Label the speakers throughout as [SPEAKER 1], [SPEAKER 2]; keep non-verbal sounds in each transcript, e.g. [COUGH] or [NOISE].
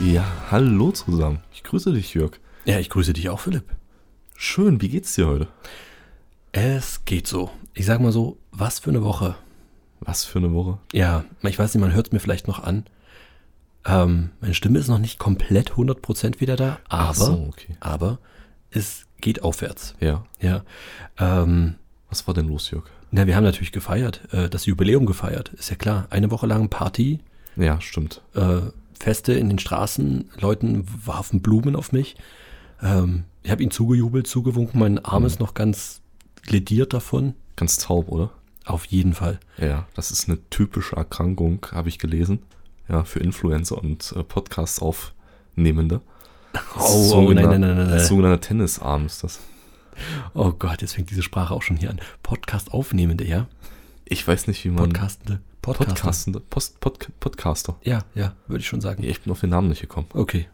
[SPEAKER 1] Ja, hallo zusammen. Ich grüße dich, Jörg.
[SPEAKER 2] Ja, ich grüße dich auch, Philipp.
[SPEAKER 1] Schön, wie geht's dir heute?
[SPEAKER 2] Es geht so. Ich sag mal so, was für eine Woche.
[SPEAKER 1] Was für eine Woche.
[SPEAKER 2] Ja, ich weiß nicht, man hört es mir vielleicht noch an. Ähm, meine Stimme ist noch nicht komplett 100% wieder da, aber,
[SPEAKER 1] so, okay.
[SPEAKER 2] aber es geht aufwärts.
[SPEAKER 1] Ja.
[SPEAKER 2] Ja, ähm,
[SPEAKER 1] Was war denn los, Jörg?
[SPEAKER 2] na, wir haben natürlich gefeiert, äh, das Jubiläum gefeiert, ist ja klar. Eine Woche lang Party,
[SPEAKER 1] Ja, stimmt.
[SPEAKER 2] äh, Feste in den Straßen, Leuten warfen Blumen auf mich. Ähm, ich habe ihnen zugejubelt, zugewunken, mein Arm ist noch ganz lediert davon.
[SPEAKER 1] Ganz taub, oder?
[SPEAKER 2] Auf jeden Fall.
[SPEAKER 1] Ja, das ist eine typische Erkrankung, habe ich gelesen. Ja, für Influencer und äh, Podcast aufnehmende.
[SPEAKER 2] Oh, oh nein, nein, nein, nein,
[SPEAKER 1] Das
[SPEAKER 2] nein.
[SPEAKER 1] sogenannte Tennisarm ist das.
[SPEAKER 2] Oh Gott, jetzt fängt diese Sprache auch schon hier an. Podcast aufnehmende, ja?
[SPEAKER 1] Ich weiß nicht, wie man
[SPEAKER 2] Podcastende. Podcaster.
[SPEAKER 1] Podcastende, Post, Pod, Podcaster.
[SPEAKER 2] Ja, ja, würde ich schon sagen.
[SPEAKER 1] Ich bin auf den Namen nicht gekommen.
[SPEAKER 2] Okay.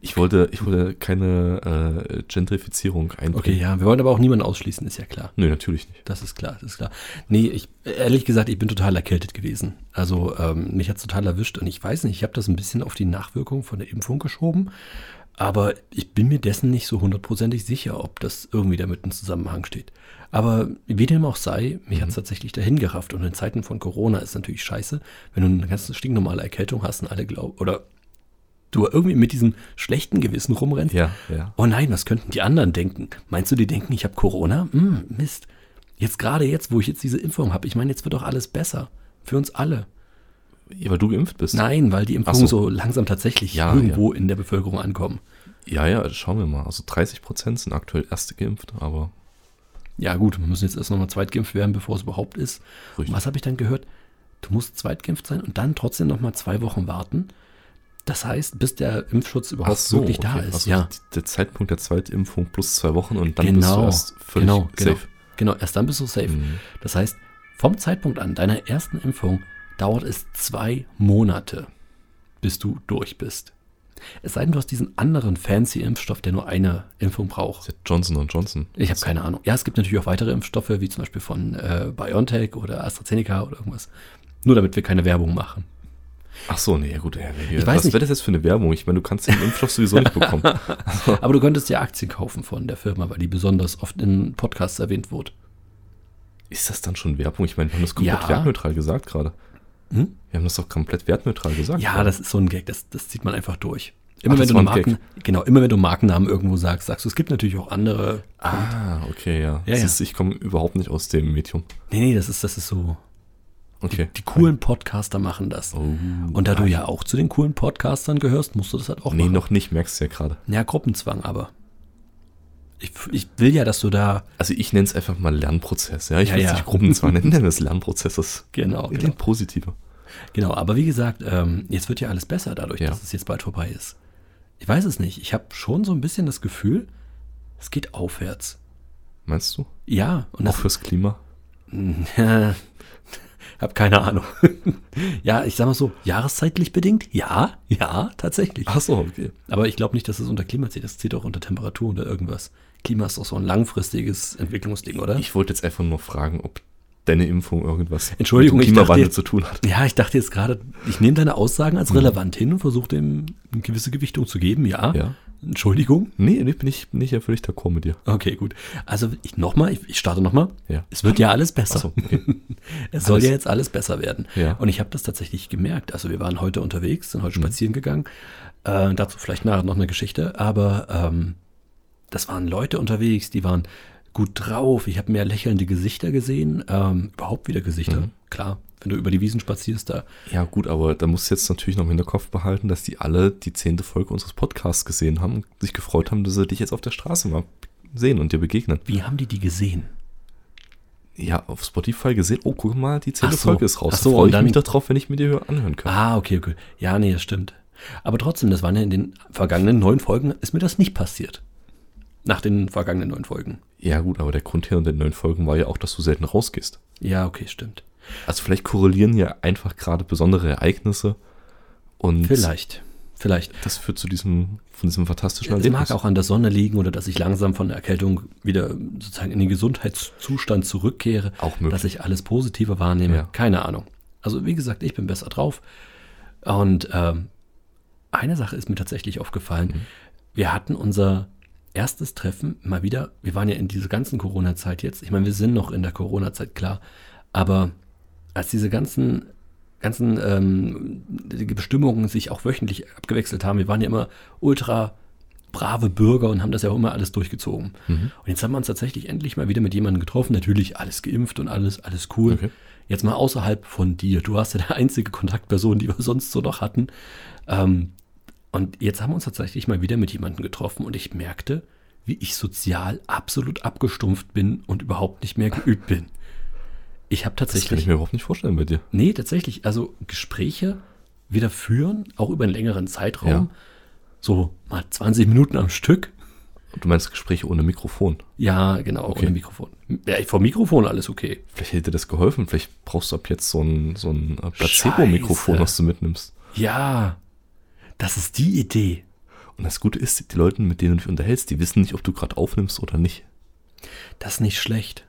[SPEAKER 1] Ich wollte, ich wollte keine äh, Gentrifizierung einbringen.
[SPEAKER 2] Okay, ja, wir wollen aber auch niemanden ausschließen, ist ja klar.
[SPEAKER 1] Nö, natürlich nicht.
[SPEAKER 2] Das ist klar, das ist klar. Nee, ich, ehrlich gesagt, ich bin total erkältet gewesen. Also, ähm, mich hat es total erwischt und ich weiß nicht, ich habe das ein bisschen auf die Nachwirkung von der Impfung geschoben, aber ich bin mir dessen nicht so hundertprozentig sicher, ob das irgendwie damit in Zusammenhang steht. Aber wie dem auch sei, mich hat's hat es tatsächlich dahin gerafft und in Zeiten von Corona ist natürlich scheiße, wenn du eine ganz stinknormale Erkältung hast und alle glauben, oder du irgendwie mit diesem schlechten Gewissen rumrennst.
[SPEAKER 1] Ja, ja.
[SPEAKER 2] Oh nein, was könnten die anderen denken? Meinst du, die denken, ich habe Corona? Hm, Mist. Jetzt gerade jetzt, wo ich jetzt diese Impfung habe, ich meine, jetzt wird doch alles besser. Für uns alle.
[SPEAKER 1] Ja, weil du geimpft bist.
[SPEAKER 2] Nein, weil die Impfungen
[SPEAKER 1] Ach so.
[SPEAKER 2] so. langsam tatsächlich
[SPEAKER 1] Ja,
[SPEAKER 2] irgendwo in der Bevölkerung ankommen.
[SPEAKER 1] Ja, ja, schauen wir mal. Also 30 Prozent sind aktuell erste geimpft, aber
[SPEAKER 2] Ja, gut, wir müssen jetzt erst nochmal zweitgeimpft werden, bevor es überhaupt ist.
[SPEAKER 1] Richtig.
[SPEAKER 2] Und was habe ich dann gehört? Du musst zweitgeimpft sein und dann trotzdem nochmal zwei Wochen warten. Das heißt, bis der Impfschutz überhaupt wirklich da
[SPEAKER 1] okay.
[SPEAKER 2] ist.
[SPEAKER 1] Also
[SPEAKER 2] ja.
[SPEAKER 1] die- der Zeitpunkt der Zweitimpfung plus zwei Wochen und dann bist du
[SPEAKER 2] genau,
[SPEAKER 1] erst völlig
[SPEAKER 2] genau, genau,
[SPEAKER 1] safe. Mhm.
[SPEAKER 2] genau, erst dann bist du safe. Das heißt, vom Zeitpunkt an deiner ersten Impfung dauert es zwei Monate, bis du durch bist. Es sei denn, du hast diesen anderen fancy Impfstoff, der nur eine Impfung braucht.
[SPEAKER 1] Der Johnson Johnson. Also,
[SPEAKER 2] Ich habe keine Ahnung. Ja, es gibt natürlich auch weitere Impfstoffe, wie zum Beispiel von äh, BioNTech oder AstraZeneca oder irgendwas. Nur damit wir keine Werbung machen.
[SPEAKER 1] Ach so, nee, ja gut. Ja, ja,
[SPEAKER 2] Ich weiß
[SPEAKER 1] was
[SPEAKER 2] nicht.
[SPEAKER 1] wäre das jetzt für eine Werbung? Ich meine, du kannst den Impfstoff sowieso nicht
[SPEAKER 2] [LAUGHS]
[SPEAKER 1] bekommen.
[SPEAKER 2] Aber du könntest ja Aktien kaufen von der Firma, weil die besonders oft in Podcasts erwähnt wurde.
[SPEAKER 1] Ist das dann schon Werbung? Ich meine, wir haben das komplett
[SPEAKER 2] Ja.
[SPEAKER 1] wertneutral gesagt gerade.
[SPEAKER 2] Hm?
[SPEAKER 1] Wir haben das doch komplett wertneutral gesagt.
[SPEAKER 2] Ja, das ist so ein Gag, das, das zieht man einfach durch. Immer
[SPEAKER 1] Ach,
[SPEAKER 2] wenn
[SPEAKER 1] das
[SPEAKER 2] du
[SPEAKER 1] war
[SPEAKER 2] einen
[SPEAKER 1] ein Gag.
[SPEAKER 2] Marken, genau, immer wenn du einen Markennamen irgendwo sagst, sagst du, es gibt natürlich auch andere.
[SPEAKER 1] Ah, okay, ja.
[SPEAKER 2] Ja, ja.
[SPEAKER 1] Siehst du, ich komme überhaupt nicht aus dem Medium.
[SPEAKER 2] Nee, nee, das ist, das ist so.
[SPEAKER 1] Okay.
[SPEAKER 2] Die coolen Podcaster machen
[SPEAKER 1] Oh,
[SPEAKER 2] das. Und da du ja auch zu den coolen Podcastern gehörst, musst du das halt auch
[SPEAKER 1] Nee,
[SPEAKER 2] machen.
[SPEAKER 1] noch nicht, merkst du ja gerade.
[SPEAKER 2] Ja, Gruppenzwang aber. Ich, ich will ja, dass du da.
[SPEAKER 1] Also ich nenne es einfach mal Lernprozess. Ja, ich
[SPEAKER 2] Ja,
[SPEAKER 1] will es
[SPEAKER 2] ja.
[SPEAKER 1] nicht
[SPEAKER 2] [LAUGHS]
[SPEAKER 1] Gruppenzwang nennen, nennen wir es Lernprozess. Das
[SPEAKER 2] Genau,
[SPEAKER 1] klingt
[SPEAKER 2] genau.
[SPEAKER 1] positiver.
[SPEAKER 2] Genau, aber wie gesagt, ähm, jetzt wird ja alles besser dadurch,
[SPEAKER 1] Ja.
[SPEAKER 2] dass es jetzt bald vorbei ist. Ich weiß es nicht. Ich habe schon so ein bisschen das Gefühl, es geht aufwärts.
[SPEAKER 1] Meinst du?
[SPEAKER 2] Ja, und
[SPEAKER 1] Auch
[SPEAKER 2] das
[SPEAKER 1] fürs Klima?
[SPEAKER 2] Ja, Äh, [LAUGHS] hab keine Ahnung. [LAUGHS] ja, ich sag mal so, jahreszeitlich bedingt? Ja, ja, tatsächlich.
[SPEAKER 1] Ach so, okay.
[SPEAKER 2] Aber ich glaube nicht, dass es unter Klima zählt. Das zählt auch unter Temperatur oder irgendwas. Klima ist doch so ein langfristiges Entwicklungsding, oder?
[SPEAKER 1] Ich wollte jetzt einfach nur fragen, ob deine Impfung irgendwas
[SPEAKER 2] Entschuldigung,
[SPEAKER 1] mit
[SPEAKER 2] ich
[SPEAKER 1] dem Klimawandel
[SPEAKER 2] dachte-
[SPEAKER 1] zu tun hat.
[SPEAKER 2] ja, ich dachte jetzt gerade, ich nehme deine Aussagen
[SPEAKER 1] Mhm.
[SPEAKER 2] als relevant hin und versuche dem eine gewisse Gewichtung zu geben, ja.
[SPEAKER 1] Ja.
[SPEAKER 2] Entschuldigung.
[SPEAKER 1] Nee, nee, bin ich, bin ich ja völlig d'accord mit dir.
[SPEAKER 2] Okay, gut. Also ich nochmal, ich, ich starte nochmal.
[SPEAKER 1] Ja.
[SPEAKER 2] Es wird ja alles besser.
[SPEAKER 1] Achso, okay.
[SPEAKER 2] Es soll
[SPEAKER 1] Alles.
[SPEAKER 2] ja jetzt alles besser werden.
[SPEAKER 1] Ja.
[SPEAKER 2] Und ich habe das tatsächlich gemerkt. Also wir waren heute unterwegs, sind heute spazieren gegangen. Äh, dazu vielleicht nachher noch eine Geschichte. Aber ähm, das waren Leute unterwegs, die waren gut drauf. Ich habe mehr lächelnde Gesichter gesehen. Ähm, überhaupt wieder Gesichter. Klar, wenn du über die Wiesen spazierst, da.
[SPEAKER 1] ja, gut, aber da musst du jetzt natürlich noch im Hinterkopf behalten, dass die alle die zehnte Folge unseres Podcasts gesehen haben und sich gefreut haben, dass sie dich jetzt auf der Straße mal sehen und dir begegnen.
[SPEAKER 2] Wie haben die die gesehen?
[SPEAKER 1] Ja, auf Spotify gesehen, oh, guck mal, die zehnte
[SPEAKER 2] Ach so.
[SPEAKER 1] Folge ist raus.
[SPEAKER 2] Ach so,
[SPEAKER 1] da freue
[SPEAKER 2] und
[SPEAKER 1] ich
[SPEAKER 2] dann-
[SPEAKER 1] mich doch drauf, wenn ich mir die hö- anhören kann.
[SPEAKER 2] Ah, okay, okay. Ja, nee, das stimmt. Aber trotzdem, das waren ja in den vergangenen neun Folgen, ist mir das nicht passiert. Nach den vergangenen neun Folgen.
[SPEAKER 1] Ja, gut, aber der Grund hinter den neuen Folgen war ja auch, dass du selten rausgehst.
[SPEAKER 2] Ja, okay, stimmt.
[SPEAKER 1] Also vielleicht korrelieren ja einfach gerade besondere Ereignisse und
[SPEAKER 2] Vielleicht. Vielleicht.
[SPEAKER 1] das führt zu diesem, von diesem fantastischen
[SPEAKER 2] Es mag auch an der Sonne liegen oder dass ich langsam von der Erkältung wieder sozusagen in den Gesundheitszustand zurückkehre,
[SPEAKER 1] Auch möglich.
[SPEAKER 2] dass ich alles Positive wahrnehme.
[SPEAKER 1] Ja.
[SPEAKER 2] Keine Ahnung. Also wie gesagt, ich bin besser drauf. Und ähm, eine Sache ist mir tatsächlich aufgefallen.
[SPEAKER 1] Mhm.
[SPEAKER 2] Wir hatten unser erstes Treffen mal wieder. Wir waren ja in dieser ganzen Corona-Zeit jetzt. Ich meine, wir sind noch in der Corona-Zeit, klar. Aber als diese ganzen, ganzen ähm, die Bestimmungen sich auch wöchentlich abgewechselt haben, wir waren ja immer ultra brave Bürger und haben das ja auch immer alles durchgezogen.
[SPEAKER 1] Mhm.
[SPEAKER 2] Und jetzt haben wir uns tatsächlich endlich mal wieder mit jemandem getroffen. Natürlich alles geimpft und alles, alles cool.
[SPEAKER 1] Okay.
[SPEAKER 2] Jetzt mal außerhalb von dir. Du warst ja der einzige Kontaktperson, die wir sonst so noch hatten. Ähm, und jetzt haben wir uns tatsächlich mal wieder mit jemandem getroffen und ich merkte, wie ich sozial absolut abgestumpft bin und überhaupt nicht mehr geübt bin. Ich habe
[SPEAKER 1] Das kann
[SPEAKER 2] tatsächlich
[SPEAKER 1] ich mir überhaupt nicht vorstellen bei dir.
[SPEAKER 2] Nee, tatsächlich. Also Gespräche wieder führen, auch über einen längeren Zeitraum.
[SPEAKER 1] Ja.
[SPEAKER 2] So mal 20 Minuten am Stück.
[SPEAKER 1] Du meinst Gespräche ohne Mikrofon.
[SPEAKER 2] Ja, genau,
[SPEAKER 1] Okay.
[SPEAKER 2] ohne Mikrofon. Ja, vor Mikrofon alles okay.
[SPEAKER 1] Vielleicht hätte dir das geholfen. Vielleicht brauchst du ab jetzt so ein, so ein äh, Placebo-Mikrofon,
[SPEAKER 2] Scheiße.
[SPEAKER 1] was du mitnimmst.
[SPEAKER 2] Ja, das ist die Idee.
[SPEAKER 1] Und das Gute ist, die Leute, mit denen du dich unterhältst, die wissen nicht, ob du gerade aufnimmst oder nicht.
[SPEAKER 2] Das ist nicht schlecht.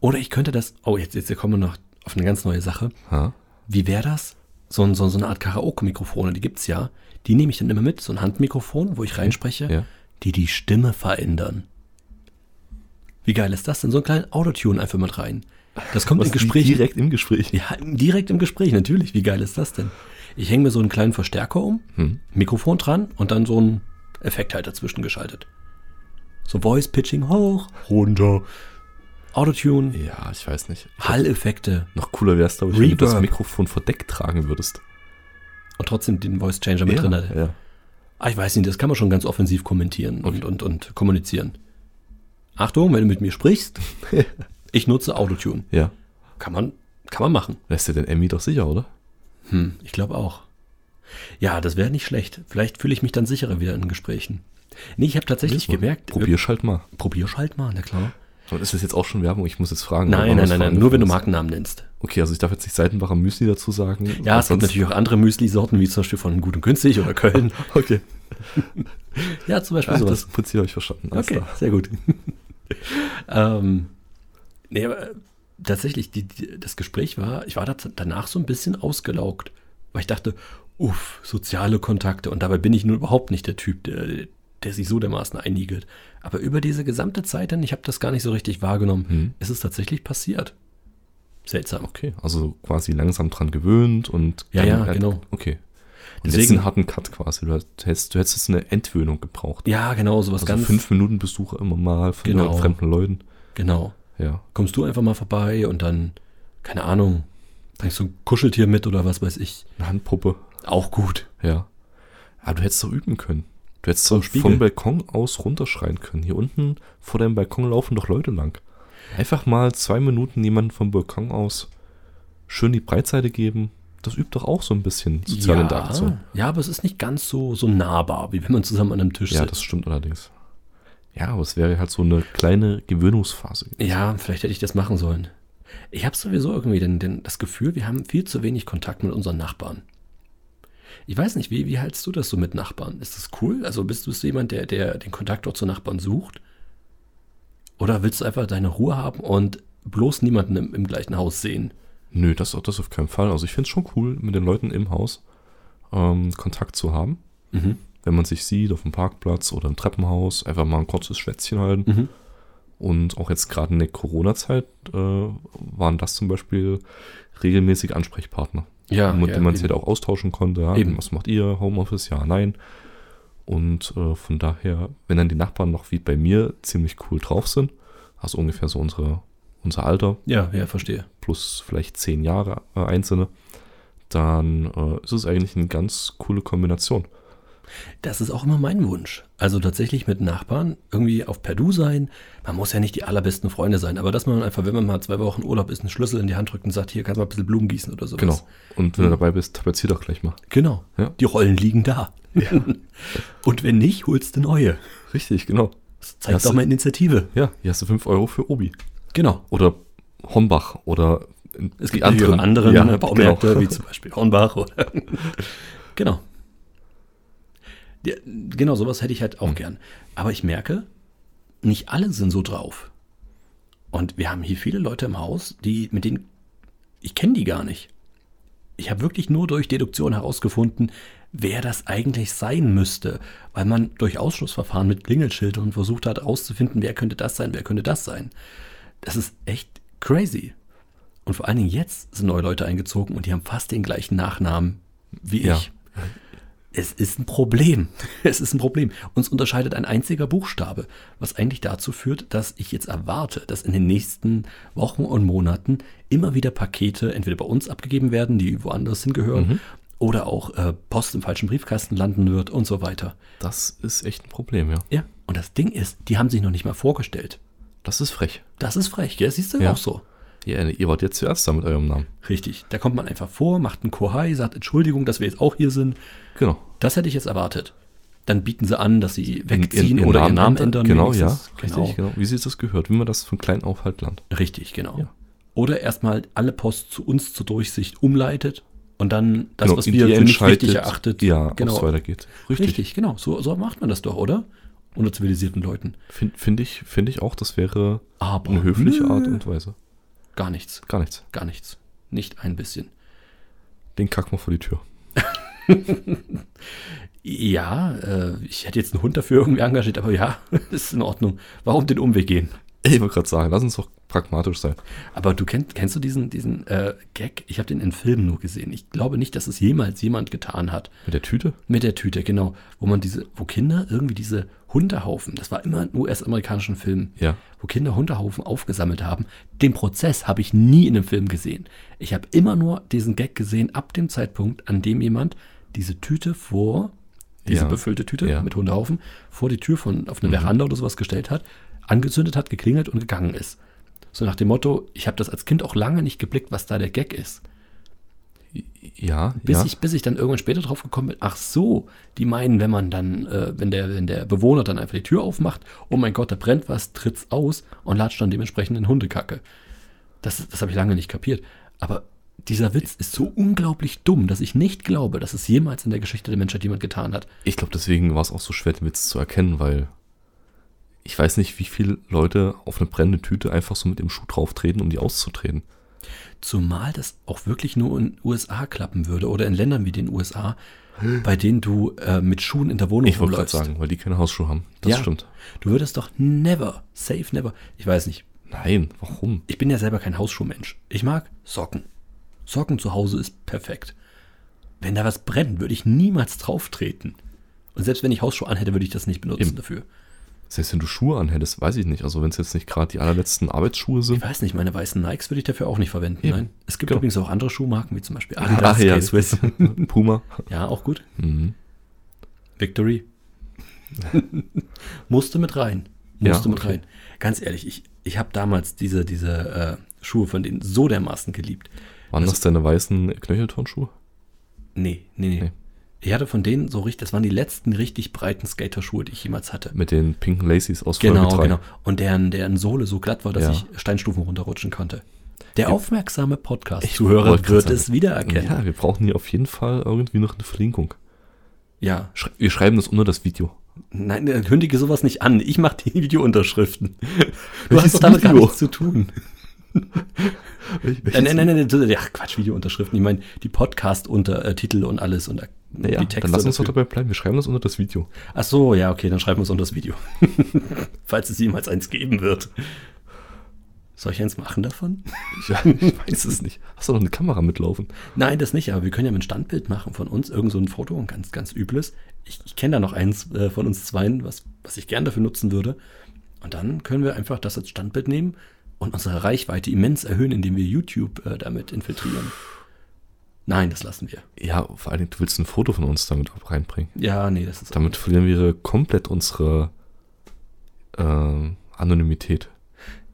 [SPEAKER 2] Oder ich könnte das. Oh, jetzt, jetzt kommen wir noch auf eine ganz neue Sache.
[SPEAKER 1] Ha?
[SPEAKER 2] Wie wäre das? So, ein- so, so eine Art Karaoke-Mikrofone, die gibt's ja. Die nehme ich dann immer mit, so ein Handmikrofon, wo ich reinspreche,
[SPEAKER 1] ja.
[SPEAKER 2] die die Stimme verändern. Wie geil ist das denn? So einen kleinen Autotune einfach mit rein. Das kommt
[SPEAKER 1] Was
[SPEAKER 2] in Gesprächen.
[SPEAKER 1] Direkt im Gespräch.
[SPEAKER 2] Ja, direkt im Gespräch, natürlich. Wie geil ist das denn? Ich hänge mir so einen kleinen Verstärker um,
[SPEAKER 1] Hm.
[SPEAKER 2] Mikrofon dran und dann so einen Effekt halt dazwischen geschaltet. So Voice Pitching hoch, runter, Autotune,
[SPEAKER 1] Ja, ich weiß nicht.
[SPEAKER 2] Hall-Effekte
[SPEAKER 1] Noch cooler wäre es, glaube ich, wenn du das
[SPEAKER 2] Reverb.
[SPEAKER 1] Mikrofon verdeckt tragen würdest.
[SPEAKER 2] und trotzdem den Voice Changer mit drin hatte.
[SPEAKER 1] ja.
[SPEAKER 2] Ah, ich weiß nicht, das kann man schon ganz offensiv kommentieren und, und, und kommunizieren. Achtung, wenn du mit mir [LAUGHS] sprichst, ich nutze Autotune.
[SPEAKER 1] ja.
[SPEAKER 2] Kann man, kann man machen.
[SPEAKER 1] Lässt dir den Emmy doch sicher, oder?
[SPEAKER 2] Hm, ich glaube auch. Ja, das wäre nicht schlecht. Vielleicht fühle ich mich dann sicherer wieder in Gesprächen. Nee, ich habe tatsächlich gemerkt.
[SPEAKER 1] Probier's halt mal.
[SPEAKER 2] äh, probier's halt mal, na klar.
[SPEAKER 1] Und ist das jetzt auch schon Werbung? Ich muss jetzt fragen.
[SPEAKER 2] Nein,
[SPEAKER 1] wann
[SPEAKER 2] nein,
[SPEAKER 1] das
[SPEAKER 2] nein, nein,
[SPEAKER 1] verwendet
[SPEAKER 2] nur wenn du
[SPEAKER 1] wird.
[SPEAKER 2] Markennamen nennst.
[SPEAKER 1] Okay, also ich darf jetzt nicht Seitenbacher Müsli dazu sagen.
[SPEAKER 2] Ja, es gibt
[SPEAKER 1] ansonsten-
[SPEAKER 2] natürlich auch andere Müsli-Sorten, wie zum Beispiel von Gut und Günstig oder [LAUGHS] Köln.
[SPEAKER 1] [LAUGHS] Okay,
[SPEAKER 2] Ja, zum Beispiel
[SPEAKER 1] ja,
[SPEAKER 2] sowas.
[SPEAKER 1] das Prinzip habe ich verstanden. Alles
[SPEAKER 2] Okay,
[SPEAKER 1] klar.
[SPEAKER 2] sehr gut. [LAUGHS] ähm, nee, aber äh, tatsächlich, die, die, das Gespräch war, ich war daz- danach so ein bisschen ausgelaugt, weil ich dachte, uff, soziale Kontakte. Und dabei bin ich nun überhaupt nicht der Typ, der, der sich so dermaßen einigelt. Aber über diese gesamte Zeit dann, ich habe das gar nicht so richtig wahrgenommen,
[SPEAKER 1] Hm.
[SPEAKER 2] es ist tatsächlich passiert. Seltsam.
[SPEAKER 1] Okay, also quasi langsam dran gewöhnt und.
[SPEAKER 2] Ja,
[SPEAKER 1] dann- halt-
[SPEAKER 2] ja, genau.
[SPEAKER 1] Okay. Und jetzt
[SPEAKER 2] Deswegen-
[SPEAKER 1] einen harten Cut quasi. Du hättest, du hättest jetzt eine Entwöhnung gebraucht.
[SPEAKER 2] Ja, genau, sowas
[SPEAKER 1] also
[SPEAKER 2] ganz.
[SPEAKER 1] fünf Minuten Besuch immer mal von
[SPEAKER 2] Genau.
[SPEAKER 1] fremden Leuten.
[SPEAKER 2] Genau.
[SPEAKER 1] Ja.
[SPEAKER 2] Kommst du einfach mal vorbei und dann, keine Ahnung, bringst du ein Kuscheltier mit oder was weiß ich.
[SPEAKER 1] Eine Handpuppe.
[SPEAKER 2] Auch gut.
[SPEAKER 1] Ja. Ja, du hättest doch üben können. Du hättest doch
[SPEAKER 2] Spiegel.
[SPEAKER 1] vom Balkon aus runterschreien können. Hier unten vor deinem Balkon laufen doch Leute lang. Einfach mal zwei Minuten jemanden vom Balkon aus schön die Breitseite geben. Das übt doch auch so ein bisschen soziale Interaktion.
[SPEAKER 2] Ja, aber es ist nicht ganz so, so nahbar, wie wenn man zusammen an einem Tisch
[SPEAKER 1] Ja,
[SPEAKER 2] sitzt.
[SPEAKER 1] das stimmt allerdings. Ja, aber es wäre halt so eine kleine Gewöhnungsphase.
[SPEAKER 2] Ja, vielleicht hätte ich das machen sollen. Ich habe sowieso irgendwie den, den, das Gefühl, wir haben viel zu wenig Kontakt mit unseren Nachbarn. Ich weiß nicht, wie, wie hältst du das so mit Nachbarn? Ist das cool? Also bist du bist du jemand, der, der den Kontakt auch zu Nachbarn sucht? Oder willst du einfach deine Ruhe haben und bloß niemanden im, im gleichen Haus sehen?
[SPEAKER 1] Nö, das, das auf keinen Fall. Also ich finde es schon cool, mit den Leuten im Haus ähm, Kontakt zu haben.
[SPEAKER 2] Mhm.
[SPEAKER 1] Wenn man sich sieht auf dem Parkplatz oder im Treppenhaus, einfach mal ein kurzes Schwätzchen halten.
[SPEAKER 2] Mhm.
[SPEAKER 1] Und auch jetzt gerade in der Corona-Zeit äh, waren das zum Beispiel regelmäßig Ansprechpartner,
[SPEAKER 2] Ja,
[SPEAKER 1] mit
[SPEAKER 2] ja,
[SPEAKER 1] denen man sich
[SPEAKER 2] eben.
[SPEAKER 1] halt auch austauschen konnte. Ja,
[SPEAKER 2] Eben.
[SPEAKER 1] Was macht ihr? Homeoffice? Ja, nein. Und äh, von daher, wenn dann die Nachbarn noch wie bei mir ziemlich cool drauf sind, also ungefähr so unsere, unser Alter,
[SPEAKER 2] ja, ja, verstehe.
[SPEAKER 1] plus vielleicht zehn Jahre äh, einzelne, dann äh, ist es eigentlich eine ganz coole Kombination.
[SPEAKER 2] Das ist auch immer mein Wunsch. Also tatsächlich mit Nachbarn irgendwie auf Perdu sein. Man muss ja nicht die allerbesten Freunde sein, aber dass man einfach, wenn man mal zwei Wochen Urlaub ist, einen Schlüssel in die Hand drückt und sagt, hier kannst du mal ein bisschen Blumen gießen oder sowas.
[SPEAKER 1] Genau. Und wenn du
[SPEAKER 2] Mhm.
[SPEAKER 1] dabei bist, tapezier doch gleich mal.
[SPEAKER 2] Genau.
[SPEAKER 1] Ja.
[SPEAKER 2] Die Rollen liegen da. [LAUGHS] und wenn nicht, holst du neue.
[SPEAKER 1] Richtig, genau.
[SPEAKER 2] Das zeigt
[SPEAKER 1] Das-
[SPEAKER 2] doch mal Initiative.
[SPEAKER 1] Ja, hier hast du 5 Euro für Obi.
[SPEAKER 2] Genau.
[SPEAKER 1] Oder Hombach oder
[SPEAKER 2] Es gibt natürlich auch andere ne,
[SPEAKER 1] ja,
[SPEAKER 2] Baumärkte,
[SPEAKER 1] [LAUGHS] Genau.
[SPEAKER 2] wie zum Beispiel Hornbach oder. [LAUGHS] genau. Ja, genau, sowas hätte ich halt
[SPEAKER 1] Hm.
[SPEAKER 2] auch gern. Aber ich merke, nicht alle sind so drauf. Und wir haben hier viele Leute im Haus, die, mit denen, ich kenne die gar nicht. ich habe wirklich nur durch Deduktion herausgefunden, wer das eigentlich sein müsste, weil man durch Ausschlussverfahren mit Klingelschildern versucht hat, herauszufinden, wer könnte das sein, wer könnte das sein. Das ist echt crazy. Und vor allen Dingen jetzt sind neue Leute eingezogen und die haben fast den gleichen Nachnamen wie
[SPEAKER 1] Ja.
[SPEAKER 2] ich. Es ist ein Problem. [LAUGHS] Es ist ein Problem. Uns unterscheidet ein einziger Buchstabe, was eigentlich dazu führt, dass ich jetzt erwarte, dass in den nächsten Wochen und Monaten immer wieder Pakete entweder bei uns abgegeben werden, die woanders hingehören,
[SPEAKER 1] Mhm.
[SPEAKER 2] oder auch äh, Post im falschen Briefkasten landen wird und so weiter.
[SPEAKER 1] Das ist echt ein Problem, ja.
[SPEAKER 2] Ja. Und das Ding ist, die haben sich noch nicht mal vorgestellt.
[SPEAKER 1] Das ist frech.
[SPEAKER 2] Das ist frech, gell? Siehst du
[SPEAKER 1] Ja.
[SPEAKER 2] auch so.
[SPEAKER 1] Ja, ihr wart jetzt zuerst da mit eurem Namen.
[SPEAKER 2] Richtig. Da kommt man einfach vor, macht einen Kohai, sagt Entschuldigung, dass wir jetzt auch hier sind.
[SPEAKER 1] Genau.
[SPEAKER 2] Das hätte ich jetzt erwartet. Dann bieten sie an, dass sie
[SPEAKER 1] Ihren-
[SPEAKER 2] wegziehen
[SPEAKER 1] ihren
[SPEAKER 2] oder ihren Namen ändern.
[SPEAKER 1] Genau, ja.
[SPEAKER 2] wenigstens.
[SPEAKER 1] Richtig,
[SPEAKER 2] Genau.
[SPEAKER 1] genau. Wie sie das gehört, wie man das von klein auf halt lernt.
[SPEAKER 2] Richtig, genau.
[SPEAKER 1] Ja.
[SPEAKER 2] Oder erstmal alle Post zu uns zur Durchsicht umleitet und dann das, was
[SPEAKER 1] ihr
[SPEAKER 2] wir für nicht
[SPEAKER 1] Genau, entscheidet,
[SPEAKER 2] wichtig erachtet,
[SPEAKER 1] ja, genau.
[SPEAKER 2] genau.
[SPEAKER 1] es weitergeht.
[SPEAKER 2] Richtig. genau. So, so macht man das doch, oder? Unter zivilisierten Leuten.
[SPEAKER 1] Finde find ich, find ich auch, das wäre
[SPEAKER 2] Aber
[SPEAKER 1] eine höfliche Art
[SPEAKER 2] nö,
[SPEAKER 1] und Weise.
[SPEAKER 2] gar nichts,
[SPEAKER 1] Gar nichts.
[SPEAKER 2] gar nichts. Nicht ein bisschen.
[SPEAKER 1] Den kack mal vor die Tür. [LAUGHS]
[SPEAKER 2] Ja, äh, ich hätte jetzt einen Hund dafür irgendwie engagiert, aber ja, [LAUGHS] ist in Ordnung. Warum den Umweg gehen?
[SPEAKER 1] Ich wollte gerade sagen, lass uns doch pragmatisch sein.
[SPEAKER 2] Aber du kennst, kennst du diesen, diesen äh, Gag? Ich habe den in Filmen nur gesehen. Ich glaube nicht, dass es jemals jemand getan hat.
[SPEAKER 1] Mit der Tüte?
[SPEAKER 2] Mit der Tüte, genau. Wo man diese, wo Kinder irgendwie diese Hunderhaufen, das war immer in US-amerikanischen Filmen,
[SPEAKER 1] Ja.
[SPEAKER 2] wo Kinder Hunderhaufen aufgesammelt haben. Den Prozess habe ich nie in einem Film gesehen. Ich habe immer nur diesen Gag gesehen, ab dem Zeitpunkt, an dem jemand diese Tüte vor, diese
[SPEAKER 1] Ja.
[SPEAKER 2] befüllte Tüte
[SPEAKER 1] Ja. Mhm.
[SPEAKER 2] mit Hunderhaufen, vor die Tür von, auf eine Veranda oder sowas gestellt hat, angezündet hat, geklingelt und gegangen ist. So nach dem Motto, ich habe das als Kind auch lange nicht geblickt, was da der Gag ist.
[SPEAKER 1] Ja,
[SPEAKER 2] Bis,
[SPEAKER 1] ja.
[SPEAKER 2] ich, bis ich dann irgendwann später drauf gekommen bin, ach so, die meinen, wenn man dann, äh, wenn, der, wenn der Bewohner dann einfach die Tür aufmacht, oh mein Gott, da brennt was, tritt's aus und latscht dann dementsprechend in Hundekacke. Das, das habe ich lange nicht kapiert. Aber dieser Witz ist so unglaublich dumm, dass ich nicht glaube, dass es jemals in der Geschichte der Menschheit jemand getan hat.
[SPEAKER 1] Ich glaube, deswegen war es auch so schwer, den Witz zu erkennen, weil ich weiß nicht, wie viele Leute auf eine brennende Tüte einfach so mit dem Schuh drauftreten, um die auszutreten.
[SPEAKER 2] Zumal das auch wirklich nur in USA klappen würde oder in Ländern wie den USA, bei denen du äh, mit Schuhen in der Wohnung
[SPEAKER 1] Ich wollte gerade
[SPEAKER 2] rumläufst.
[SPEAKER 1] sagen, weil die keine Hausschuhe haben. Das
[SPEAKER 2] Ja.
[SPEAKER 1] stimmt.
[SPEAKER 2] Du würdest doch never, safe never, ich weiß nicht,
[SPEAKER 1] Nein, warum?
[SPEAKER 2] Ich bin ja selber kein Hausschuhmensch. Ich mag Socken. Socken zu Hause ist perfekt. Wenn da was brennt, würde ich niemals drauf treten. Und selbst wenn ich Hausschuhe anhätte, würde ich das nicht benutzen
[SPEAKER 1] Eben.
[SPEAKER 2] dafür.
[SPEAKER 1] Selbst wenn du Schuhe anhättest, weiß ich nicht. Also wenn es jetzt nicht gerade die allerletzten Arbeitsschuhe
[SPEAKER 2] Ich
[SPEAKER 1] sind.
[SPEAKER 2] weiß nicht, meine weißen Nikes würde ich dafür auch nicht verwenden.
[SPEAKER 1] Eben.
[SPEAKER 2] Nein. Es gibt
[SPEAKER 1] Genau.
[SPEAKER 2] übrigens auch andere Schuhmarken, wie zum Beispiel
[SPEAKER 1] Ach Ah, ja,
[SPEAKER 2] K- Swiss.
[SPEAKER 1] [LAUGHS] Puma.
[SPEAKER 2] [LAUGHS] Ja, auch gut.
[SPEAKER 1] Mhm.
[SPEAKER 2] Victory. [LAUGHS] Musste mit rein.
[SPEAKER 1] Ja,
[SPEAKER 2] Musste mit
[SPEAKER 1] okay.
[SPEAKER 2] rein. Ganz ehrlich, ich, ich habe damals diese, diese äh, Schuhe von denen so dermaßen geliebt.
[SPEAKER 1] Waren
[SPEAKER 2] Also
[SPEAKER 1] das deine weißen Knöchelturnschuhe?
[SPEAKER 2] Nee, nee, nee.
[SPEAKER 1] Nee.
[SPEAKER 2] Ich hatte von denen so richtig, das waren die letzten richtig breiten Skaterschuhe, die ich jemals hatte.
[SPEAKER 1] Mit den pinken Laces aus
[SPEAKER 2] Genau,
[SPEAKER 1] Folge drei.
[SPEAKER 2] genau. Und deren, deren Sohle so glatt war, dass
[SPEAKER 1] Ja.
[SPEAKER 2] ich Steinstufen runterrutschen konnte. Der aufmerksame
[SPEAKER 1] wollte
[SPEAKER 2] Podcast-Zuhörer
[SPEAKER 1] grad
[SPEAKER 2] wird
[SPEAKER 1] sagen.
[SPEAKER 2] es wiedererkennen.
[SPEAKER 1] Ja, wir brauchen hier auf jeden Fall irgendwie noch eine Verlinkung.
[SPEAKER 2] Ja.
[SPEAKER 1] Schrei wir schreiben das unter das Video.
[SPEAKER 2] Nein, äh, kündige sowas nicht an. Ich mache die [LAUGHS] Videounterschriften. Du
[SPEAKER 1] Welches
[SPEAKER 2] hast doch damit gar
[SPEAKER 1] Video?
[SPEAKER 2] nichts
[SPEAKER 1] [LAUGHS]
[SPEAKER 2] zu tun. Äh,
[SPEAKER 1] Nein,
[SPEAKER 2] nein, nein, nein, nein. Ach, Quatsch, Videounterschriften. Ich meine, die Podcast-Untertitel und alles und äh,
[SPEAKER 1] Ja,
[SPEAKER 2] die
[SPEAKER 1] dann lass uns doch
[SPEAKER 2] dafür.
[SPEAKER 1] dabei bleiben. Wir schreiben das unter das Video.
[SPEAKER 2] Ach so, ja, okay, dann schreiben wir uns unter das Video. [LAUGHS] Falls es jemals eins geben wird. Soll ich eins machen davon?
[SPEAKER 1] [LAUGHS]
[SPEAKER 2] [LAUGHS]
[SPEAKER 1] Ja, ich weiß es nicht. Hast du noch eine Kamera mitlaufen?
[SPEAKER 2] Nein, das nicht, aber wir können ja ein Standbild machen von uns, irgend so ein Foto, ein ganz, ganz übles. Ich, ich kenne da noch eins äh, von uns zweien, was, was ich gern dafür nutzen würde. Und dann können wir einfach das als Standbild nehmen und unsere Reichweite immens erhöhen, indem wir YouTube äh, damit infiltrieren. Nein, das lassen wir.
[SPEAKER 1] Ja, vor allen Dingen, du willst ein Foto von uns damit auch reinbringen.
[SPEAKER 2] Ja, nee, das ist.
[SPEAKER 1] Damit verlieren wir komplett unsere ähm, Anonymität.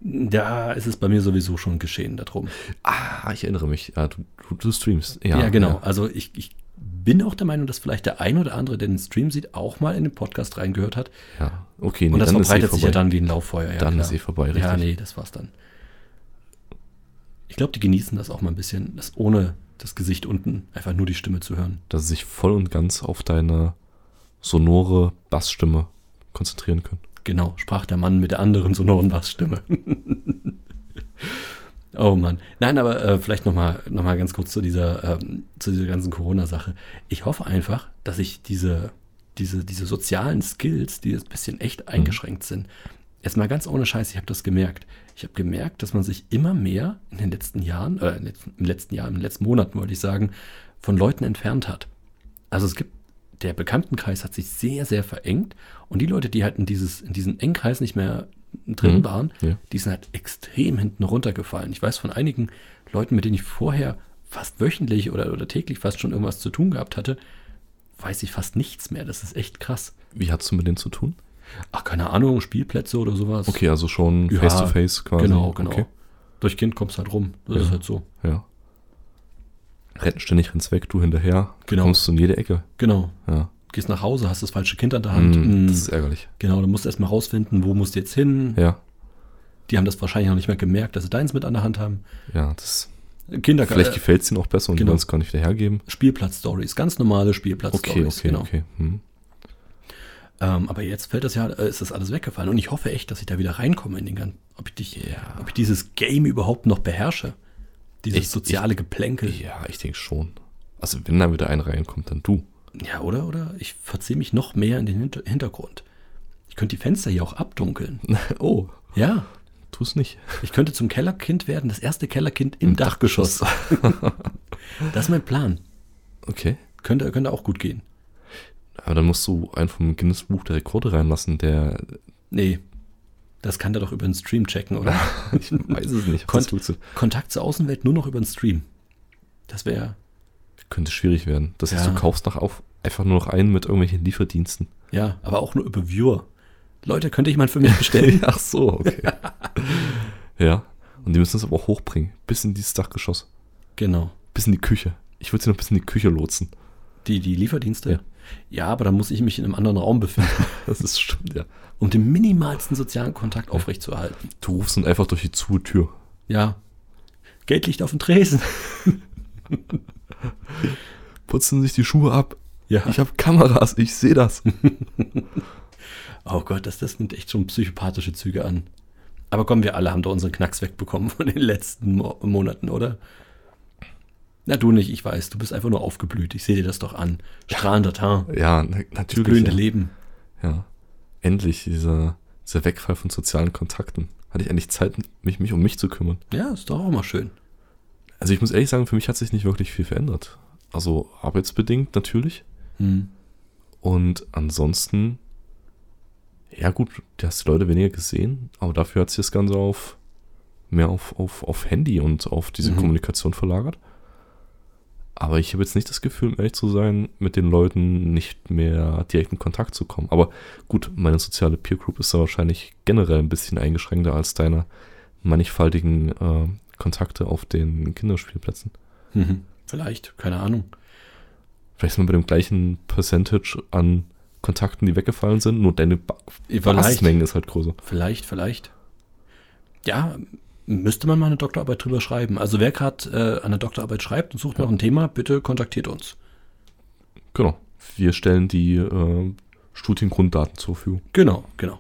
[SPEAKER 2] Da ist es bei mir sowieso schon geschehen darum.
[SPEAKER 1] Ah, ich erinnere mich. Ja, du, du, du streamst.
[SPEAKER 2] Ja,
[SPEAKER 1] Ja,
[SPEAKER 2] genau. Also ich, ich bin auch der Meinung, dass vielleicht der ein oder andere, der den Stream sieht, auch mal in den Podcast reingehört hat.
[SPEAKER 1] Ja, ja. okay.
[SPEAKER 2] Und das
[SPEAKER 1] dann ist eh
[SPEAKER 2] verbreitet sich ja
[SPEAKER 1] vorbei.
[SPEAKER 2] dann wie ein Lauffeuer. Ja,
[SPEAKER 1] Dann
[SPEAKER 2] klar.
[SPEAKER 1] ist eh vorbei,
[SPEAKER 2] Ja,
[SPEAKER 1] richtig.
[SPEAKER 2] nee, das war's dann. Ich glaube, die genießen das auch mal ein bisschen, das ohne das Gesicht unten einfach nur die Stimme zu hören.
[SPEAKER 1] Dass sie sich voll und ganz auf deine sonore Bassstimme konzentrieren können.
[SPEAKER 2] Genau, sprach der Mann mit der anderen sonoren Bassstimme. [LAUGHS] Oh Mann. Nein, aber äh, vielleicht nochmal noch mal ganz kurz zu dieser, ähm, zu dieser ganzen Corona-Sache. Ich hoffe einfach, dass ich diese, diese, diese sozialen Skills, die jetzt ein bisschen echt eingeschränkt sind, jetzt mal ganz ohne Scheiß, ich habe das gemerkt. Ich habe gemerkt, dass man sich immer mehr in den letzten Jahren, äh, im letzten- im letzten Jahr, in den letzten Monaten, wollte ich sagen, von Leuten entfernt hat. Also es gibt, der Bekanntenkreis hat sich sehr, sehr verengt und die Leute, die halt in, dieses, in diesen Engkreis nicht mehr drin
[SPEAKER 1] Mhm.
[SPEAKER 2] waren,
[SPEAKER 1] Ja.
[SPEAKER 2] die sind halt extrem hinten runtergefallen. Ich weiß von einigen Leuten, mit denen ich vorher fast wöchentlich oder, oder täglich fast schon irgendwas zu tun gehabt hatte, weiß ich fast nichts mehr. Das ist echt krass.
[SPEAKER 1] Wie hast du mit denen zu tun?
[SPEAKER 2] Ach, keine Ahnung, Spielplätze oder sowas.
[SPEAKER 1] Okay, also schon
[SPEAKER 2] Ja,
[SPEAKER 1] face-to-face quasi.
[SPEAKER 2] Genau, genau.
[SPEAKER 1] Okay.
[SPEAKER 2] Durch Kind kommst halt rum. Das
[SPEAKER 1] Ja.
[SPEAKER 2] ist halt so.
[SPEAKER 1] Ja. Rennen ständig, rennst weg, du hinterher.
[SPEAKER 2] Genau.
[SPEAKER 1] Kommst du in jede Ecke.
[SPEAKER 2] Genau.
[SPEAKER 1] Ja.
[SPEAKER 2] Gehst nach Hause, hast das falsche Kind an der Hand.
[SPEAKER 1] Mm,
[SPEAKER 2] Mm,
[SPEAKER 1] das ist ärgerlich.
[SPEAKER 2] genau, du musst erstmal rausfinden, wo musst du jetzt hin.
[SPEAKER 1] Ja.
[SPEAKER 2] Die haben das wahrscheinlich noch nicht mal gemerkt, dass sie deins mit an der Hand haben.
[SPEAKER 1] Ja, das.
[SPEAKER 2] Kinder
[SPEAKER 1] Vielleicht
[SPEAKER 2] äh,
[SPEAKER 1] gefällt es ihnen auch besser und
[SPEAKER 2] genau.
[SPEAKER 1] wollen es gar nicht wiederhergeben.
[SPEAKER 2] Spielplatz-Stories, ganz normale Spielplatz-Stories.
[SPEAKER 1] Okay, okay,
[SPEAKER 2] genau.
[SPEAKER 1] okay. Hm.
[SPEAKER 2] Ähm, aber jetzt fällt das ja, äh, ist das alles weggefallen. Und ich hoffe echt, dass ich da wieder reinkomme in den ganzen, ob ich, dich, ob ich dieses Game überhaupt noch beherrsche. Dieses
[SPEAKER 1] Ich-
[SPEAKER 2] soziale Geplänkel.
[SPEAKER 1] Ja, ich denke schon. Also, wenn da wieder ein reinkommt, dann
[SPEAKER 2] [LAUGHS]
[SPEAKER 1] du.
[SPEAKER 2] Ja, oder? Oder ich verziehe mich noch mehr in den Hinter Hintergrund. Ich könnte die Fenster hier auch [LAUGHS] abdunkeln.
[SPEAKER 1] oh,
[SPEAKER 2] Ja,
[SPEAKER 1] tu es nicht.
[SPEAKER 2] ich könnte zum Kellerkind werden, das erste Kellerkind im, Dachgeschoss. [LAUGHS] das ist mein Plan.
[SPEAKER 1] Okay.
[SPEAKER 2] Könnte, könnte auch gut gehen.
[SPEAKER 1] Aber dann musst du einen vom Guinness-Buch der Rekorde reinlassen,
[SPEAKER 2] [LAUGHS]
[SPEAKER 1] der.
[SPEAKER 2] Nee, das kann der doch über den Stream checken, [LAUGHS] oder?
[SPEAKER 1] Ich weiß es nicht. ob das
[SPEAKER 2] Konnt-
[SPEAKER 1] funktioniert.
[SPEAKER 2] Kontakt zur Außenwelt nur noch über den Stream. Das wäre,
[SPEAKER 1] könnte schwierig werden. Das heißt,
[SPEAKER 2] Ja.
[SPEAKER 1] du kaufst nach auf einfach nur noch einen mit irgendwelchen Lieferdiensten.
[SPEAKER 2] ja, aber auch nur über Viewer. Leute, könnte jemand für mich [LAUGHS] bestellen?
[SPEAKER 1] [LAUGHS] Ach so, okay. ja. Und die müssen es aber auch hochbringen. Bis in dieses Dachgeschoss.
[SPEAKER 2] genau.
[SPEAKER 1] Bis in die Küche. Ich würde sie noch bis in die Küche lotsen.
[SPEAKER 2] Die, die Lieferdienste?
[SPEAKER 1] Ja.
[SPEAKER 2] ja, aber dann muss ich mich in einem anderen Raum [LAUGHS] befinden,
[SPEAKER 1] Das ist stimmt, ja.
[SPEAKER 2] um den minimalsten sozialen Kontakt aufrechtzuerhalten.
[SPEAKER 1] Du rufst dann einfach durch die zu Tür.
[SPEAKER 2] Ja. Geld liegt auf dem Tresen. [LAUGHS]
[SPEAKER 1] Putzen sich die Schuhe ab.
[SPEAKER 2] Ja.
[SPEAKER 1] Ich habe Kameras, ich sehe das.
[SPEAKER 2] oh Gott, das, das nimmt echt schon psychopathische Züge an. Aber komm, wir alle haben da unseren Knacks wegbekommen [LAUGHS] von den letzten Mo Monaten, oder? Na, du nicht, ich weiß. Du bist einfach nur aufgeblüht. Ich sehe dir das doch an.
[SPEAKER 1] [LAUGHS]
[SPEAKER 2] Strahlender Teint.
[SPEAKER 1] [LAUGHS] Ja, na-
[SPEAKER 2] Das
[SPEAKER 1] natürlich.
[SPEAKER 2] blühende
[SPEAKER 1] Ja.
[SPEAKER 2] Leben.
[SPEAKER 1] ja. Endlich dieser, dieser Wegfall von sozialen Kontakten. Hatte ich endlich Zeit, mich, mich um mich zu kümmern.
[SPEAKER 2] Ja, ist doch auch mal schön.
[SPEAKER 1] Also ich muss ehrlich sagen, für mich hat sich nicht wirklich viel verändert. Also arbeitsbedingt natürlich.
[SPEAKER 2] Hm.
[SPEAKER 1] Und ansonsten, ja gut, du hast die Leute weniger gesehen, aber dafür hat sich das Ganze auf mehr auf, auf, auf Handy und auf diese
[SPEAKER 2] Mhm.
[SPEAKER 1] Kommunikation verlagert. Aber ich habe jetzt nicht das Gefühl, um ehrlich zu sein, mit den Leuten nicht mehr direkt in Kontakt zu kommen. Aber gut, meine soziale Peer Group ist da wahrscheinlich generell ein bisschen eingeschränkter als deine mannigfaltigen äh, Kontakte auf den Kinderspielplätzen.
[SPEAKER 2] Mhm. Vielleicht, keine Ahnung.
[SPEAKER 1] Vielleicht sind wir bei dem gleichen Percentage an Kontakten, die weggefallen sind, nur deine Ba- Basismengen ist halt größer.
[SPEAKER 2] Vielleicht, vielleicht. Ja, müsste man mal eine Doktorarbeit drüber schreiben. Also wer gerade äh, an der Doktorarbeit schreibt und sucht nach einem Thema, bitte kontaktiert uns.
[SPEAKER 1] Genau. Wir stellen die äh, Studiengrunddaten zur Verfügung.
[SPEAKER 2] Genau, genau.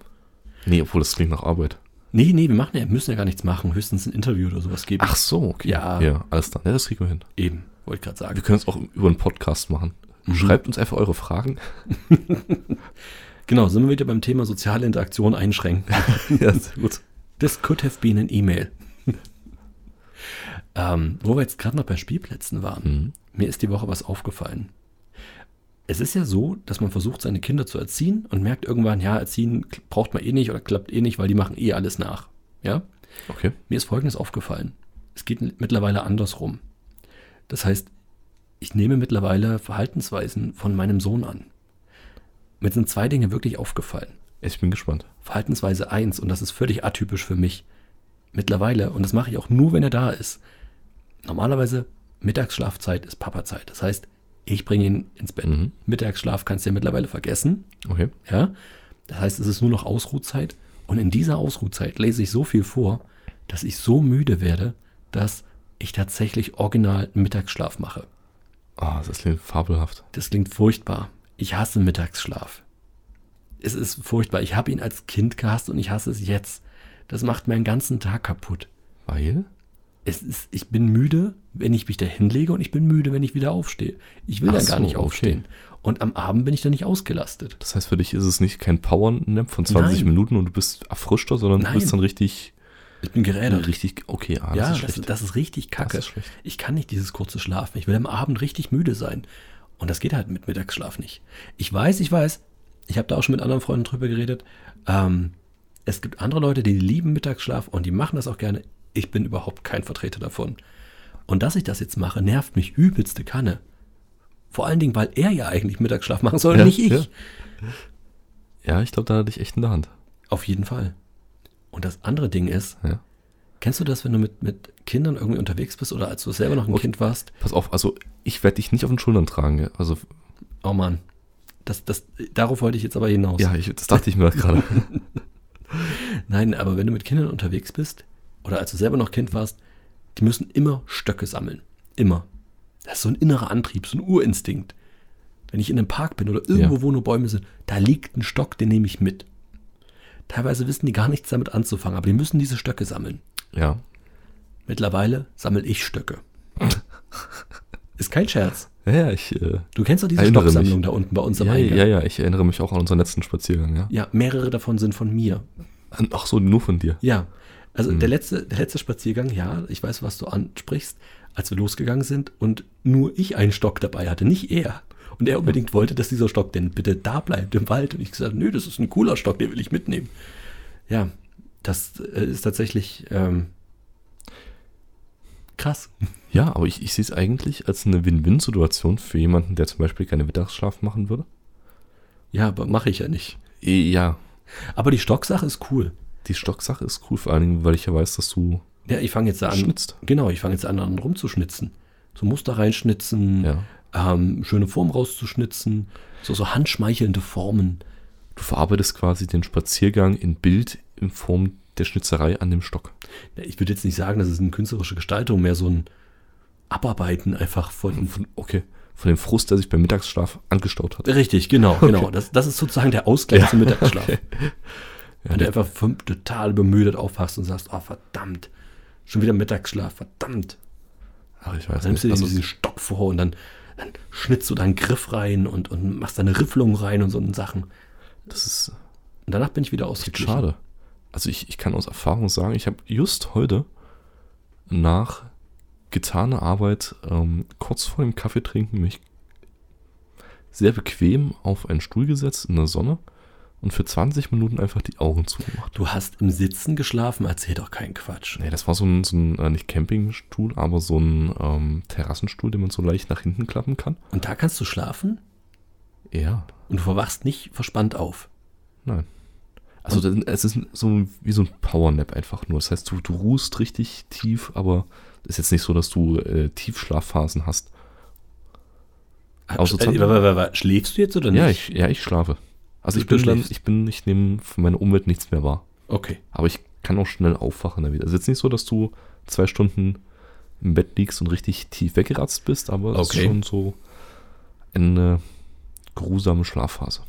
[SPEAKER 1] Nee, obwohl das klingt nach Arbeit.
[SPEAKER 2] Nee, nee, wir machen ja, müssen ja gar nichts machen. Höchstens ein Interview oder sowas geben.
[SPEAKER 1] Ach so, okay.
[SPEAKER 2] Ja.
[SPEAKER 1] Ja, alles klar. Ja, das kriegen wir hin.
[SPEAKER 2] eben, wollte ich gerade sagen.
[SPEAKER 1] Wir können es auch über einen Podcast machen. Schreibt uns einfach eure Fragen.
[SPEAKER 2] Genau, sind wir wieder beim Thema soziale Interaktion einschränken.
[SPEAKER 1] [LAUGHS]
[SPEAKER 2] [LAUGHS]
[SPEAKER 1] ja, sehr gut.
[SPEAKER 2] This could have been an E-Mail. [LAUGHS] ähm, wo wir jetzt gerade noch bei Spielplätzen waren.
[SPEAKER 1] Mhm.
[SPEAKER 2] Mir ist die Woche was aufgefallen. Es ist ja so, dass man versucht, seine Kinder zu erziehen und merkt irgendwann, ja, erziehen kl- braucht man eh nicht oder klappt eh nicht, weil die machen eh alles nach. Ja?
[SPEAKER 1] Okay.
[SPEAKER 2] Mir ist Folgendes aufgefallen. Es geht n- mittlerweile andersrum. Das heißt, ich nehme mittlerweile Verhaltensweisen von meinem Sohn an. Mir sind zwei Dinge wirklich aufgefallen.
[SPEAKER 1] Ich bin gespannt.
[SPEAKER 2] Verhaltensweise 1, und das ist völlig atypisch für mich, mittlerweile, und das mache ich auch nur, wenn er da ist, normalerweise Mittagsschlafzeit ist Papazeit. Das heißt, ich bringe ihn ins Bett.
[SPEAKER 1] Mhm.
[SPEAKER 2] Mittagsschlaf kannst du ja mittlerweile vergessen.
[SPEAKER 1] Okay.
[SPEAKER 2] Ja? Das heißt, es ist nur noch Ausruhzeit. Und in dieser Ausruhzeit lese ich so viel vor, dass ich so müde werde, dass ich tatsächlich original einen Mittagsschlaf mache.
[SPEAKER 1] Ah, das klingt fabelhaft.
[SPEAKER 2] Das klingt furchtbar. Ich hasse Mittagsschlaf. Es ist furchtbar. Ich habe ihn als Kind gehasst und ich hasse es jetzt. Das macht meinen ganzen Tag kaputt.
[SPEAKER 1] Weil?
[SPEAKER 2] es ist, ich bin müde, wenn ich mich da hinlege und ich bin müde, wenn ich wieder aufstehe. Ich will
[SPEAKER 1] Ach
[SPEAKER 2] dann gar
[SPEAKER 1] so,
[SPEAKER 2] nicht
[SPEAKER 1] okay.
[SPEAKER 2] aufstehen. Und am Abend bin ich dann nicht ausgelastet.
[SPEAKER 1] Das heißt, für dich ist es nicht kein Power-Nap von 20
[SPEAKER 2] Nein.
[SPEAKER 1] Minuten und du bist erfrischter, sondern
[SPEAKER 2] Nein.
[SPEAKER 1] du bist dann richtig,
[SPEAKER 2] Ich bin gerädert.
[SPEAKER 1] richtig, okay, ah, das
[SPEAKER 2] ja,
[SPEAKER 1] ist
[SPEAKER 2] das,
[SPEAKER 1] schlecht.
[SPEAKER 2] das ist richtig kacke.
[SPEAKER 1] ist schlecht.
[SPEAKER 2] Ich kann nicht dieses kurze Schlafen. Ich will am Abend richtig müde sein. Und das geht halt mit Mittagsschlaf nicht. Ich weiß, ich weiß, ich habe da auch schon mit anderen Freunden drüber geredet. Ähm, es gibt andere Leute, die lieben Mittagsschlaf und die machen das auch gerne. Ich bin überhaupt kein Vertreter davon. Und dass ich das jetzt mache, nervt mich übelste Kanne. Vor allen Dingen, weil er ja eigentlich Mittagsschlaf machen soll,
[SPEAKER 1] Ja,
[SPEAKER 2] nicht ich.
[SPEAKER 1] ja. ja, ich glaube, da hatte ich echt in der Hand.
[SPEAKER 2] Auf jeden Fall. Und das andere Ding ist,
[SPEAKER 1] Ja.
[SPEAKER 2] kennst du das, wenn du mit, mit Kindern irgendwie unterwegs bist oder als du selber noch ein
[SPEAKER 1] Okay.
[SPEAKER 2] Kind warst?
[SPEAKER 1] Pass auf, also ich werde dich nicht auf den Schultern tragen. ja. Also,
[SPEAKER 2] Oh Mann. Das, das, darauf wollte ich jetzt aber hinaus.
[SPEAKER 1] ja, ich, das dachte ich [LAUGHS] mir gerade.
[SPEAKER 2] Nein, aber wenn du mit Kindern unterwegs bist oder als du selber noch Kind warst, die müssen immer Stöcke sammeln. Immer. Das ist so ein innerer Antrieb, so ein Urinstinkt. Wenn ich in einem Park bin oder irgendwo,
[SPEAKER 1] Ja.
[SPEAKER 2] wo nur Bäume sind, da liegt ein Stock, den nehme ich mit. Teilweise wissen die gar nichts damit anzufangen, aber die müssen diese Stöcke sammeln.
[SPEAKER 1] Ja,
[SPEAKER 2] Mittlerweile sammle
[SPEAKER 1] [LAUGHS]
[SPEAKER 2] ich Stöcke. ist kein Scherz.
[SPEAKER 1] ja, ja, ich, äh,
[SPEAKER 2] Du kennst doch diese
[SPEAKER 1] Erinnere mich.
[SPEAKER 2] Stocksammlung da unten bei uns am
[SPEAKER 1] ja,
[SPEAKER 2] Eingang.
[SPEAKER 1] ja, ja, ich erinnere mich auch an unseren letzten Spaziergang, ja.
[SPEAKER 2] ja, mehrere davon sind von mir.
[SPEAKER 1] Ach so, nur von dir.
[SPEAKER 2] Ja, also der, letzte, der letzte Spaziergang, ja, ich weiß, was du ansprichst, als wir losgegangen sind und nur ich einen Stock dabei hatte, nicht er. Und er unbedingt wollte, dass dieser Stock denn bitte da bleibt im Wald. Und ich gesagt, nö, das ist ein cooler Stock, den will ich mitnehmen. Ja, das äh, ist tatsächlich ähm, krass.
[SPEAKER 1] Ja, aber ich, ich sehe es eigentlich als eine Win-Win-Situation für jemanden, der zum Beispiel keine Mittagsschlaf machen würde.
[SPEAKER 2] Ja, aber mache ich ja nicht.
[SPEAKER 1] Eh, Ja,
[SPEAKER 2] Aber die Stocksache ist cool.
[SPEAKER 1] die Stocksache ist cool, vor allen Dingen, weil ich ja weiß, dass du
[SPEAKER 2] Ja, ich fange jetzt da an.
[SPEAKER 1] schnitzt.
[SPEAKER 2] Genau, ich fange jetzt an, an rumzuschnitzen. So Muster reinschnitzen,
[SPEAKER 1] Ja.
[SPEAKER 2] ähm, schöne Form rauszuschnitzen, so, so handschmeichelnde Formen.
[SPEAKER 1] Du verarbeitest quasi den Spaziergang in Bild in Form der Schnitzerei an dem Stock.
[SPEAKER 2] Ja, Ich würde jetzt nicht sagen, das ist eine künstlerische Gestaltung, mehr so ein Abarbeiten einfach von.
[SPEAKER 1] Von, okay, von dem Frust, der sich beim Mittagsschlaf angestaut hat.
[SPEAKER 2] Richtig, genau, genau. Das, das ist sozusagen der Ausgleich zum Mittagsschlaf. Wenn du einfach vom- total bemüdet aufwachst und sagst, oh verdammt, schon wieder Mittagsschlaf, verdammt.
[SPEAKER 1] Ach, ich weiß
[SPEAKER 2] Dann
[SPEAKER 1] nicht.
[SPEAKER 2] nimmst du dir
[SPEAKER 1] Also,
[SPEAKER 2] diesen Stock vor und dann, dann schnitzt du deinen Griff rein und, und machst deine Rifflung rein und so und Sachen.
[SPEAKER 1] das ist
[SPEAKER 2] Und danach bin ich wieder
[SPEAKER 1] echt
[SPEAKER 2] ausgeglichen.
[SPEAKER 1] schade. Also ich, ich kann aus Erfahrung sagen, ich habe just heute nach getaner Arbeit ähm, kurz vor dem Kaffeetrinken mich sehr bequem auf einen Stuhl gesetzt in der Sonne und für 20 Minuten einfach die Augen zugemacht.
[SPEAKER 2] Du hast im Sitzen geschlafen, erzähl doch keinen Quatsch.
[SPEAKER 1] Nee, das war so ein, so ein äh, nicht Campingstuhl, aber so ein ähm, Terrassenstuhl, den man so leicht nach hinten klappen kann.
[SPEAKER 2] Und da kannst du schlafen
[SPEAKER 1] Ja,
[SPEAKER 2] und du verwachst nicht verspannt auf.
[SPEAKER 1] nein. Also das, es ist so ein- wie so ein Powernap einfach nur. Das heißt, du, du ruhst richtig tief, aber ist jetzt nicht so, dass du äh, Tiefschlafphasen hast. Außer
[SPEAKER 2] Äh,
[SPEAKER 1] Zand-
[SPEAKER 2] wa- wa- wa- wa- Schläfst du jetzt oder nicht?
[SPEAKER 1] Ja, ich, ja, ich schlafe. Also
[SPEAKER 2] Du-
[SPEAKER 1] ich bin
[SPEAKER 2] du
[SPEAKER 1] dann,
[SPEAKER 2] schläfst.
[SPEAKER 1] ich bin, ich nehme von meiner Umwelt nichts mehr wahr.
[SPEAKER 2] Okay.
[SPEAKER 1] Aber ich kann auch schnell aufwachen dann wieder. Also jetzt nicht so, dass du zwei Stunden im Bett liegst und richtig tief weggeratzt bist, aber es
[SPEAKER 2] Okay.
[SPEAKER 1] ist schon so eine grusame Schlafphase.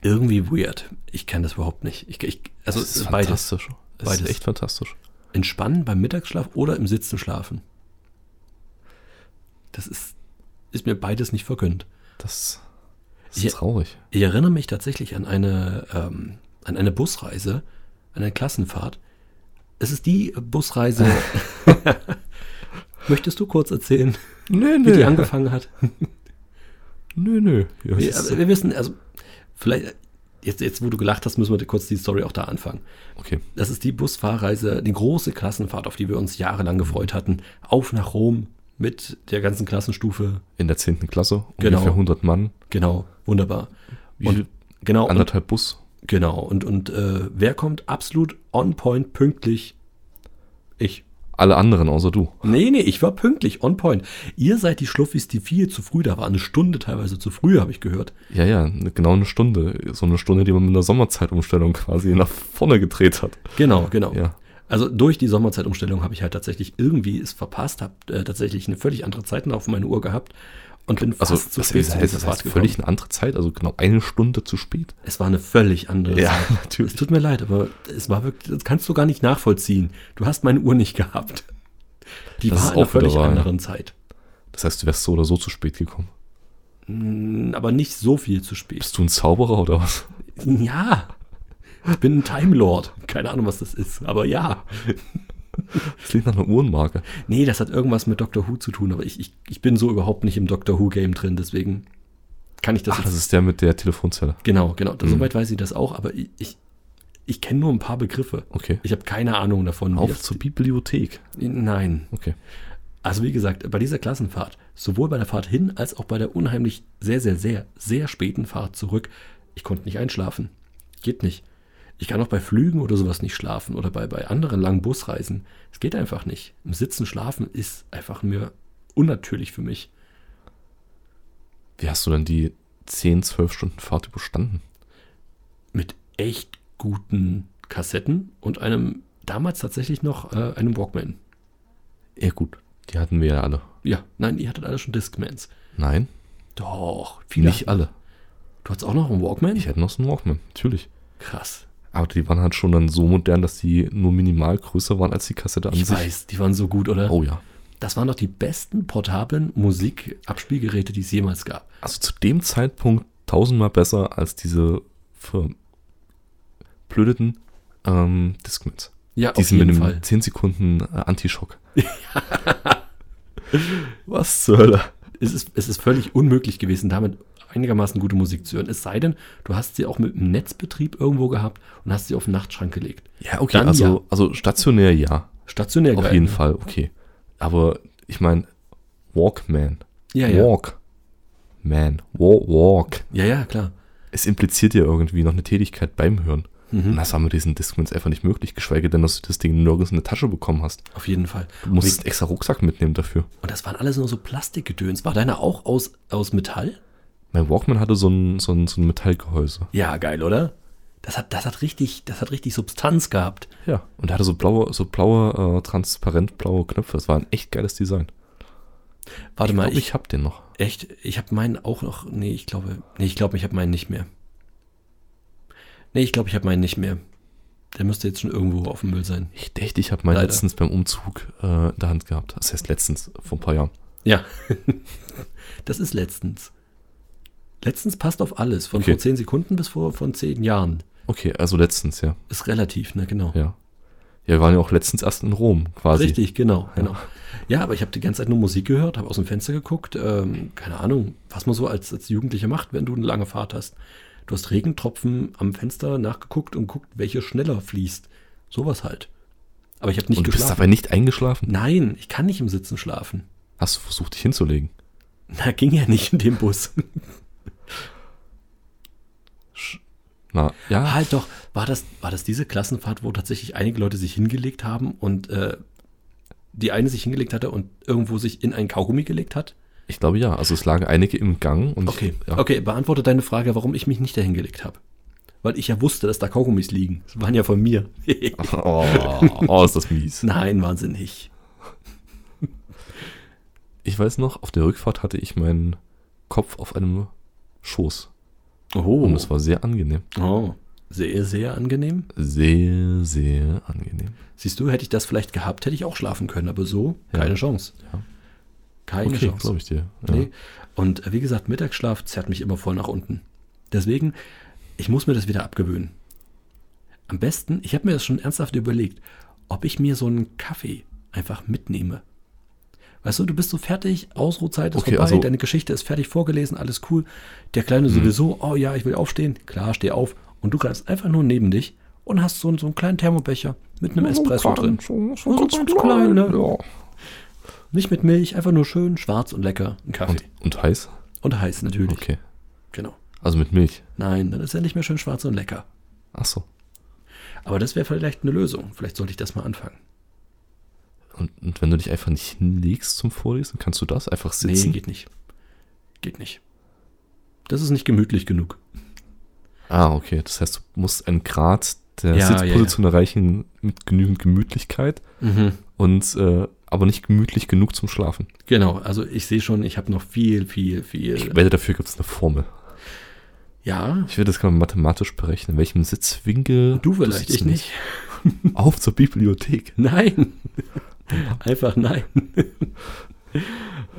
[SPEAKER 2] Irgendwie weird. Ich kann das überhaupt nicht. Ich, ich, also
[SPEAKER 1] Das ist
[SPEAKER 2] beides.
[SPEAKER 1] fantastisch. Es
[SPEAKER 2] Beides.
[SPEAKER 1] ist echt fantastisch.
[SPEAKER 2] Entspannen beim Mittagsschlaf oder im Sitzen schlafen. Das ist, ist mir beides nicht vergönnt.
[SPEAKER 1] Das, das
[SPEAKER 2] Ja.
[SPEAKER 1] ist traurig.
[SPEAKER 2] Ich erinnere mich tatsächlich an eine, ähm, an eine Busreise, an eine Klassenfahrt. Es ist die
[SPEAKER 1] [LAUGHS]
[SPEAKER 2] Busreise. Möchtest du kurz erzählen,
[SPEAKER 1] Nö,
[SPEAKER 2] wie
[SPEAKER 1] nö.
[SPEAKER 2] die angefangen
[SPEAKER 1] [LAUGHS]
[SPEAKER 2] hat?
[SPEAKER 1] nö, nö. Ja,
[SPEAKER 2] Wir,
[SPEAKER 1] es ist-
[SPEAKER 2] aber wir wissen, also vielleicht, jetzt, jetzt wo du gelacht hast, müssen wir kurz die Story auch da anfangen.
[SPEAKER 1] okay.
[SPEAKER 2] Das ist die Busfahrreise, die große Klassenfahrt, auf die wir uns jahrelang gefreut hatten. Auf nach Rom mit der ganzen Klassenstufe.
[SPEAKER 1] In der 10. Klasse,
[SPEAKER 2] Genau.
[SPEAKER 1] ungefähr 100 Mann,
[SPEAKER 2] Genau, wunderbar.
[SPEAKER 1] Wie
[SPEAKER 2] und
[SPEAKER 1] viel?
[SPEAKER 2] genau, und,
[SPEAKER 1] anderthalb Bus.
[SPEAKER 2] genau. Und, und äh, wer kommt absolut on point pünktlich? Ich.
[SPEAKER 1] Alle anderen außer du.
[SPEAKER 2] Nee, nee, ich war pünktlich, on point. Ihr seid die Schluffis, die viel zu früh da waren. Eine Stunde teilweise zu früh, habe ich gehört.
[SPEAKER 1] Ja, ja, ne- genau eine Stunde. So eine Stunde, die man mit einer Sommerzeitumstellung quasi nach vorne gedreht hat.
[SPEAKER 2] Genau, genau.
[SPEAKER 1] Ja.
[SPEAKER 2] Also durch die Sommerzeitumstellung habe ich halt tatsächlich irgendwie es verpasst, habe äh, tatsächlich eine völlig andere Zeit noch auf meine Uhr gehabt und bin
[SPEAKER 1] Also,
[SPEAKER 2] fast zu
[SPEAKER 1] das
[SPEAKER 2] spät
[SPEAKER 1] ist,
[SPEAKER 2] zu
[SPEAKER 1] das
[SPEAKER 2] dieser
[SPEAKER 1] ist
[SPEAKER 2] Fahrt
[SPEAKER 1] halt
[SPEAKER 2] gekommen.
[SPEAKER 1] völlig eine andere Zeit, also genau eine Stunde zu spät.
[SPEAKER 2] es war eine völlig andere Sache. Es
[SPEAKER 1] natürlich.
[SPEAKER 2] tut mir leid, aber es war wirklich, das kannst du gar nicht nachvollziehen. Du hast meine Uhr nicht gehabt. Die
[SPEAKER 1] Das
[SPEAKER 2] war
[SPEAKER 1] ist
[SPEAKER 2] in einer
[SPEAKER 1] auch wieder
[SPEAKER 2] völlig
[SPEAKER 1] wahr, ja.
[SPEAKER 2] anderen Zeit.
[SPEAKER 1] Das heißt, du wärst so oder so zu spät gekommen.
[SPEAKER 2] Mm, Aber nicht so viel zu spät.
[SPEAKER 1] Bist du ein Zauberer oder was? [LAUGHS]
[SPEAKER 2] Ja. Ich bin ein Time Lord. Keine Ahnung, was das ist, aber ja.
[SPEAKER 1] Das klingt nach einer Uhrenmarke.
[SPEAKER 2] Nee, das hat irgendwas mit Doctor Who zu tun, aber ich, ich, ich bin so überhaupt nicht im Doctor Who-Game drin, deswegen kann ich das
[SPEAKER 1] Ach,
[SPEAKER 2] jetzt
[SPEAKER 1] Ah, das ist der mit der Telefonzelle.
[SPEAKER 2] Genau, genau.
[SPEAKER 1] Mhm.
[SPEAKER 2] Soweit weiß ich das auch, aber ich, ich, ich kenne nur ein paar Begriffe.
[SPEAKER 1] Okay.
[SPEAKER 2] Ich habe keine Ahnung davon. wie
[SPEAKER 1] Auf
[SPEAKER 2] das-
[SPEAKER 1] zur Bibliothek.
[SPEAKER 2] Nein.
[SPEAKER 1] Okay.
[SPEAKER 2] Also wie gesagt, bei dieser Klassenfahrt, sowohl bei der Fahrt hin als auch bei der unheimlich sehr, sehr, sehr, sehr späten Fahrt zurück, ich konnte nicht einschlafen. Geht nicht. Ich kann auch bei Flügen oder sowas nicht schlafen oder bei, bei anderen langen Busreisen. Es geht einfach nicht. Im Sitzen schlafen ist einfach mir unnatürlich für mich.
[SPEAKER 1] Wie hast du denn die 10, 12 Stunden Fahrt überstanden?
[SPEAKER 2] mit echt guten Kassetten und einem damals tatsächlich noch äh, einem Walkman.
[SPEAKER 1] Ja, gut. Die hatten wir ja alle.
[SPEAKER 2] Ja, nein, ihr hattet alle schon Discmans.
[SPEAKER 1] Nein,
[SPEAKER 2] Doch, viele.
[SPEAKER 1] nicht alle.
[SPEAKER 2] Du hattest auch noch einen Walkman?
[SPEAKER 1] Ich hätte noch so einen Walkman, natürlich.
[SPEAKER 2] Krass.
[SPEAKER 1] Aber die waren halt schon dann so modern, dass die nur minimal größer waren als die Kassette an
[SPEAKER 2] Ich
[SPEAKER 1] sich.
[SPEAKER 2] weiß, die waren so gut, oder?
[SPEAKER 1] Oh ja.
[SPEAKER 2] Das waren doch die besten portablen Musikabspielgeräte, die es jemals gab.
[SPEAKER 1] Also zu dem Zeitpunkt tausendmal besser als diese verblödeten ähm, Discmans.
[SPEAKER 2] Ja,
[SPEAKER 1] Die
[SPEAKER 2] auf
[SPEAKER 1] sind mit
[SPEAKER 2] jeden
[SPEAKER 1] einem
[SPEAKER 2] Fall.
[SPEAKER 1] 10 Sekunden äh,
[SPEAKER 2] [LAUGHS]
[SPEAKER 1] Antischock. Was zur Hölle?
[SPEAKER 2] Es ist, es ist völlig unmöglich gewesen, damit einigermaßen gute Musik zu hören. Es sei denn, du hast sie auch mit einem Netzbetrieb irgendwo gehabt und hast sie auf den Nachtschrank gelegt.
[SPEAKER 1] Ja, okay,
[SPEAKER 2] Dann
[SPEAKER 1] also, also stationär ja,
[SPEAKER 2] Stationär
[SPEAKER 1] auf
[SPEAKER 2] geil,
[SPEAKER 1] jeden
[SPEAKER 2] ne?
[SPEAKER 1] Fall, okay. Aber ich meine, Walkman,
[SPEAKER 2] Ja, ja.
[SPEAKER 1] Walk, Man, Wa- Walk,
[SPEAKER 2] Ja, ja, klar.
[SPEAKER 1] es impliziert ja irgendwie noch eine Tätigkeit beim Hören.
[SPEAKER 2] Mhm.
[SPEAKER 1] Und das war mit diesen Discmans einfach nicht möglich, geschweige denn, dass du das Ding nirgends in der Tasche bekommen hast.
[SPEAKER 2] Auf jeden Fall.
[SPEAKER 1] Du musstest einen extra Rucksack mitnehmen dafür.
[SPEAKER 2] Und das waren alles nur so Plastikgedöns. War deiner auch aus, aus Metall?
[SPEAKER 1] Mein Walkman hatte so ein, so ein, so ein Metallgehäuse.
[SPEAKER 2] Ja, geil, oder? Das hat, das hat richtig, das hat richtig Substanz gehabt.
[SPEAKER 1] Ja. Und der hatte so blaue, so blaue, äh, transparent blaue Knöpfe. Das war ein echt geiles Design.
[SPEAKER 2] Warte
[SPEAKER 1] Ich
[SPEAKER 2] mal,
[SPEAKER 1] glaube,
[SPEAKER 2] ich,
[SPEAKER 1] ich hab den noch.
[SPEAKER 2] echt, ich habe meinen auch noch. Nee, ich glaube, nee, ich glaube, ich habe meinen nicht mehr. Nee, ich glaube, ich habe meinen nicht mehr. Der müsste jetzt schon irgendwo auf dem Müll sein.
[SPEAKER 1] Ich dachte, ich habe meinen
[SPEAKER 2] Leider.
[SPEAKER 1] letztens beim Umzug äh, in der Hand gehabt. Das heißt letztens, vor ein paar Jahren.
[SPEAKER 2] Ja. [LAUGHS] das ist letztens. Letztens passt auf alles. Von
[SPEAKER 1] Okay.
[SPEAKER 2] vor 10 Sekunden bis vor von 10 Jahren.
[SPEAKER 1] Okay, also letztens, ja.
[SPEAKER 2] Ist relativ, ne, genau.
[SPEAKER 1] Ja, ja wir waren ja auch letztens erst in Rom, quasi.
[SPEAKER 2] Richtig, genau, genau. Ja, aber ich habe die ganze Zeit nur Musik gehört, habe aus dem Fenster geguckt. Ähm, keine Ahnung, was man so als, als Jugendlicher macht, wenn du eine lange Fahrt hast. Du hast Regentropfen am Fenster nachgeguckt und guckt, welche schneller fließt. Sowas halt. Aber ich habe nicht
[SPEAKER 1] Und du bist
[SPEAKER 2] geschlafen.
[SPEAKER 1] dabei nicht eingeschlafen?
[SPEAKER 2] Nein, ich kann nicht im Sitzen schlafen. [LAUGHS]
[SPEAKER 1] Hast du versucht, dich hinzulegen?
[SPEAKER 2] Na, ging ja nicht in dem Bus.
[SPEAKER 1] Sch- Na, ja.
[SPEAKER 2] halt doch, war das, war das diese Klassenfahrt, wo tatsächlich einige Leute sich hingelegt haben und äh, die eine sich hingelegt hatte und irgendwo sich in ein Kaugummi gelegt hat?
[SPEAKER 1] Ich glaube ja. Also es lagen einige im Gang und
[SPEAKER 2] Okay,
[SPEAKER 1] ja.
[SPEAKER 2] okay, beantworte deine Frage, warum ich mich nicht dahin gelegt habe. Weil ich ja wusste, dass da Kaugummis liegen. Das waren ja von mir. [LAUGHS]
[SPEAKER 1] Oh, oh, ist das mies.
[SPEAKER 2] Nein, wahnsinnig.
[SPEAKER 1] Ich weiß noch, auf der Rückfahrt hatte ich meinen Kopf auf einem Schoß.
[SPEAKER 2] Oh,
[SPEAKER 1] Und es war sehr angenehm.
[SPEAKER 2] oh, sehr, sehr angenehm.
[SPEAKER 1] Sehr, sehr angenehm.
[SPEAKER 2] Siehst du, hätte ich das vielleicht gehabt, hätte ich auch schlafen können, aber so
[SPEAKER 1] Ja.
[SPEAKER 2] keine Chance.
[SPEAKER 1] Ja.
[SPEAKER 2] Keine
[SPEAKER 1] Okay,
[SPEAKER 2] Chance.
[SPEAKER 1] glaube ich dir. Ja.
[SPEAKER 2] Nee. Und äh, wie gesagt, Mittagsschlaf zerrt mich immer voll nach unten. Deswegen, ich muss mir das wieder abgewöhnen. Am besten, ich habe mir das schon ernsthaft überlegt, ob ich mir so einen Kaffee einfach mitnehme. Weißt du, du bist so fertig, Ausruhzeit ist
[SPEAKER 1] Okay,
[SPEAKER 2] vorbei,
[SPEAKER 1] also- Mhm.
[SPEAKER 2] deine Geschichte ist fertig vorgelesen, alles cool. Der Kleine sowieso, oh ja, ich will aufstehen. Klar, steh auf. Und du greifst einfach nur neben dich und hast so, einen- so einen kleinen Thermobecher mit einem Espresso drin. so ganz klein, ne?
[SPEAKER 1] Ja.
[SPEAKER 2] Nicht mit Milch, einfach nur schön schwarz und lecker. Ein Kaffee.
[SPEAKER 1] Und, und heiß?
[SPEAKER 2] Und, heiß natürlich.
[SPEAKER 1] Okay.
[SPEAKER 2] Genau.
[SPEAKER 1] Also mit Milch.
[SPEAKER 2] Nein, dann ist er nicht mehr schön schwarz und lecker.
[SPEAKER 1] Ach so.
[SPEAKER 2] Aber das wäre vielleicht eine Lösung. Vielleicht sollte ich das mal anfangen.
[SPEAKER 1] Und, und wenn du dich einfach nicht hinlegst zum Vorlesen, kannst du das einfach sitzen?
[SPEAKER 2] geht nicht. Geht nicht. Das ist nicht gemütlich genug.
[SPEAKER 1] ah, okay. Das heißt, du musst einen Grad der
[SPEAKER 2] Ja,
[SPEAKER 1] Sitzposition erreichen mit genügend Gemütlichkeit, und äh, aber nicht gemütlich genug zum Schlafen.
[SPEAKER 2] Genau, also ich sehe schon, ich habe noch viel, viel, viel.
[SPEAKER 1] Ich wette, dafür gibt es eine Formel.
[SPEAKER 2] ja,
[SPEAKER 1] Ich werde das kann man mathematisch berechnen. In welchem Sitzwinkel.
[SPEAKER 2] du vielleicht, ich
[SPEAKER 1] sitzen
[SPEAKER 2] nicht.
[SPEAKER 1] musst. Auf zur Bibliothek.
[SPEAKER 2] Nein. [LAUGHS] Einfach nein.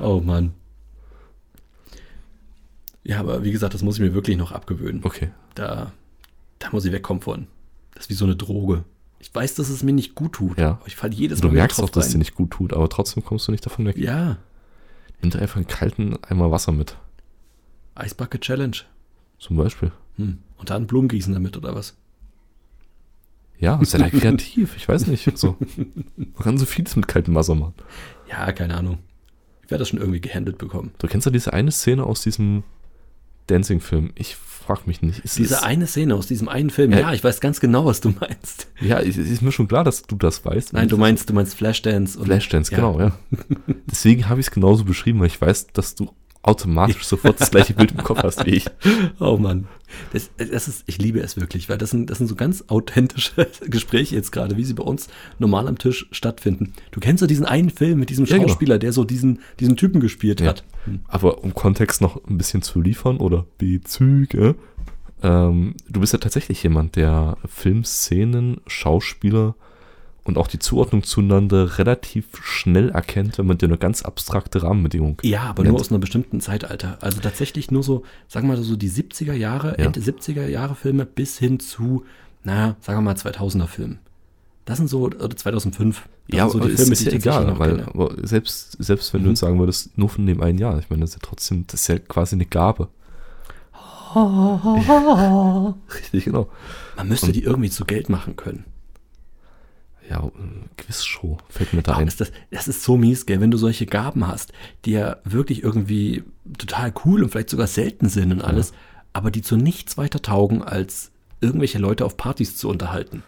[SPEAKER 2] oh Mann. Ja, aber wie gesagt, das muss ich mir wirklich noch abgewöhnen.
[SPEAKER 1] Okay.
[SPEAKER 2] Da, da muss ich wegkommen von. Das ist wie so eine Droge. Ich weiß, dass es mir nicht gut tut.
[SPEAKER 1] Ja.
[SPEAKER 2] Aber ich falle jedes
[SPEAKER 1] Du
[SPEAKER 2] Mal wieder
[SPEAKER 1] merkst auch,
[SPEAKER 2] drauf
[SPEAKER 1] dass es dir
[SPEAKER 2] rein.
[SPEAKER 1] nicht gut tut, aber trotzdem kommst du nicht davon weg.
[SPEAKER 2] Ja,
[SPEAKER 1] Nimm dir einfach einen kalten Eimer Wasser mit.
[SPEAKER 2] Ice Bucket Challenge.
[SPEAKER 1] Zum Beispiel.
[SPEAKER 2] Hm. Und dann Blumen gießen damit oder was?
[SPEAKER 1] Ja, ist ja
[SPEAKER 2] [LAUGHS]
[SPEAKER 1] da kreativ. Ich weiß nicht. So. Man kann so vieles mit kaltem Wasser machen.
[SPEAKER 2] Ja, keine Ahnung. Ich werde das schon irgendwie gehandelt bekommen.
[SPEAKER 1] Du kennst ja diese eine Szene aus diesem Dancing-Film. Ich frag mich nicht. Ist
[SPEAKER 2] Diese
[SPEAKER 1] ist-
[SPEAKER 2] eine Szene aus diesem einen Film.
[SPEAKER 1] Ja.
[SPEAKER 2] Ja, ich weiß ganz genau, was du meinst.
[SPEAKER 1] Ja, es ist mir schon klar, dass du das weißt.
[SPEAKER 2] Nein, du meinst, du meinst Flashdance. und-
[SPEAKER 1] Flashdance,
[SPEAKER 2] Ja.
[SPEAKER 1] genau,
[SPEAKER 2] [LAUGHS]
[SPEAKER 1] ja. Deswegen habe ich es genauso beschrieben, weil ich weiß, dass du automatisch sofort das gleiche Bild im Kopf hast wie
[SPEAKER 2] [LAUGHS]
[SPEAKER 1] ich.
[SPEAKER 2] Oh Mann. Das, das ist, ich liebe es wirklich, weil das sind, das sind so ganz authentische [LAUGHS] Gespräche jetzt gerade, wie sie bei uns normal am Tisch stattfinden. Du kennst ja diesen einen Film mit diesem
[SPEAKER 1] Ja, genau.
[SPEAKER 2] Schauspieler, der so diesen, diesen Typen gespielt
[SPEAKER 1] Ja.
[SPEAKER 2] hat.
[SPEAKER 1] Aber um Kontext noch ein bisschen zu liefern oder Bezüge, ähm, du bist ja tatsächlich jemand, der Filmszenen, Schauspieler und auch die Zuordnung zueinander relativ schnell erkennt, wenn man dir eine ganz abstrakte Rahmenbedingung.
[SPEAKER 2] Ja, aber
[SPEAKER 1] Nett.
[SPEAKER 2] nur aus einem bestimmten Zeitalter. Also tatsächlich nur so, sagen wir mal so die 70er Jahre,
[SPEAKER 1] Ja.
[SPEAKER 2] Ende 70er Jahre Filme bis hin zu, naja, sagen wir mal 2000er Filmen. Das sind so, oder 2005. Das sind so
[SPEAKER 1] aber
[SPEAKER 2] Filme, die ich tatsächlich noch Mhm.
[SPEAKER 1] weil
[SPEAKER 2] kenne.
[SPEAKER 1] aber selbst, selbst wenn du jetzt sagen würdest, nur von dem einen Jahr, ich meine, das ist ja trotzdem, das ist ja quasi eine
[SPEAKER 2] [LAUGHS]
[SPEAKER 1] Gabe. Richtig, genau.
[SPEAKER 2] Man müsste die irgendwie zu Geld machen können.
[SPEAKER 1] Ja, ähm, Quizshow fällt mir da
[SPEAKER 2] Warum
[SPEAKER 1] ein.
[SPEAKER 2] ist das, das ist so mies, gell, wenn du solche Gaben hast, die ja wirklich irgendwie total cool und vielleicht sogar selten sind und alles, aber die zu nichts weiter taugen, als irgendwelche Leute auf Partys zu unterhalten.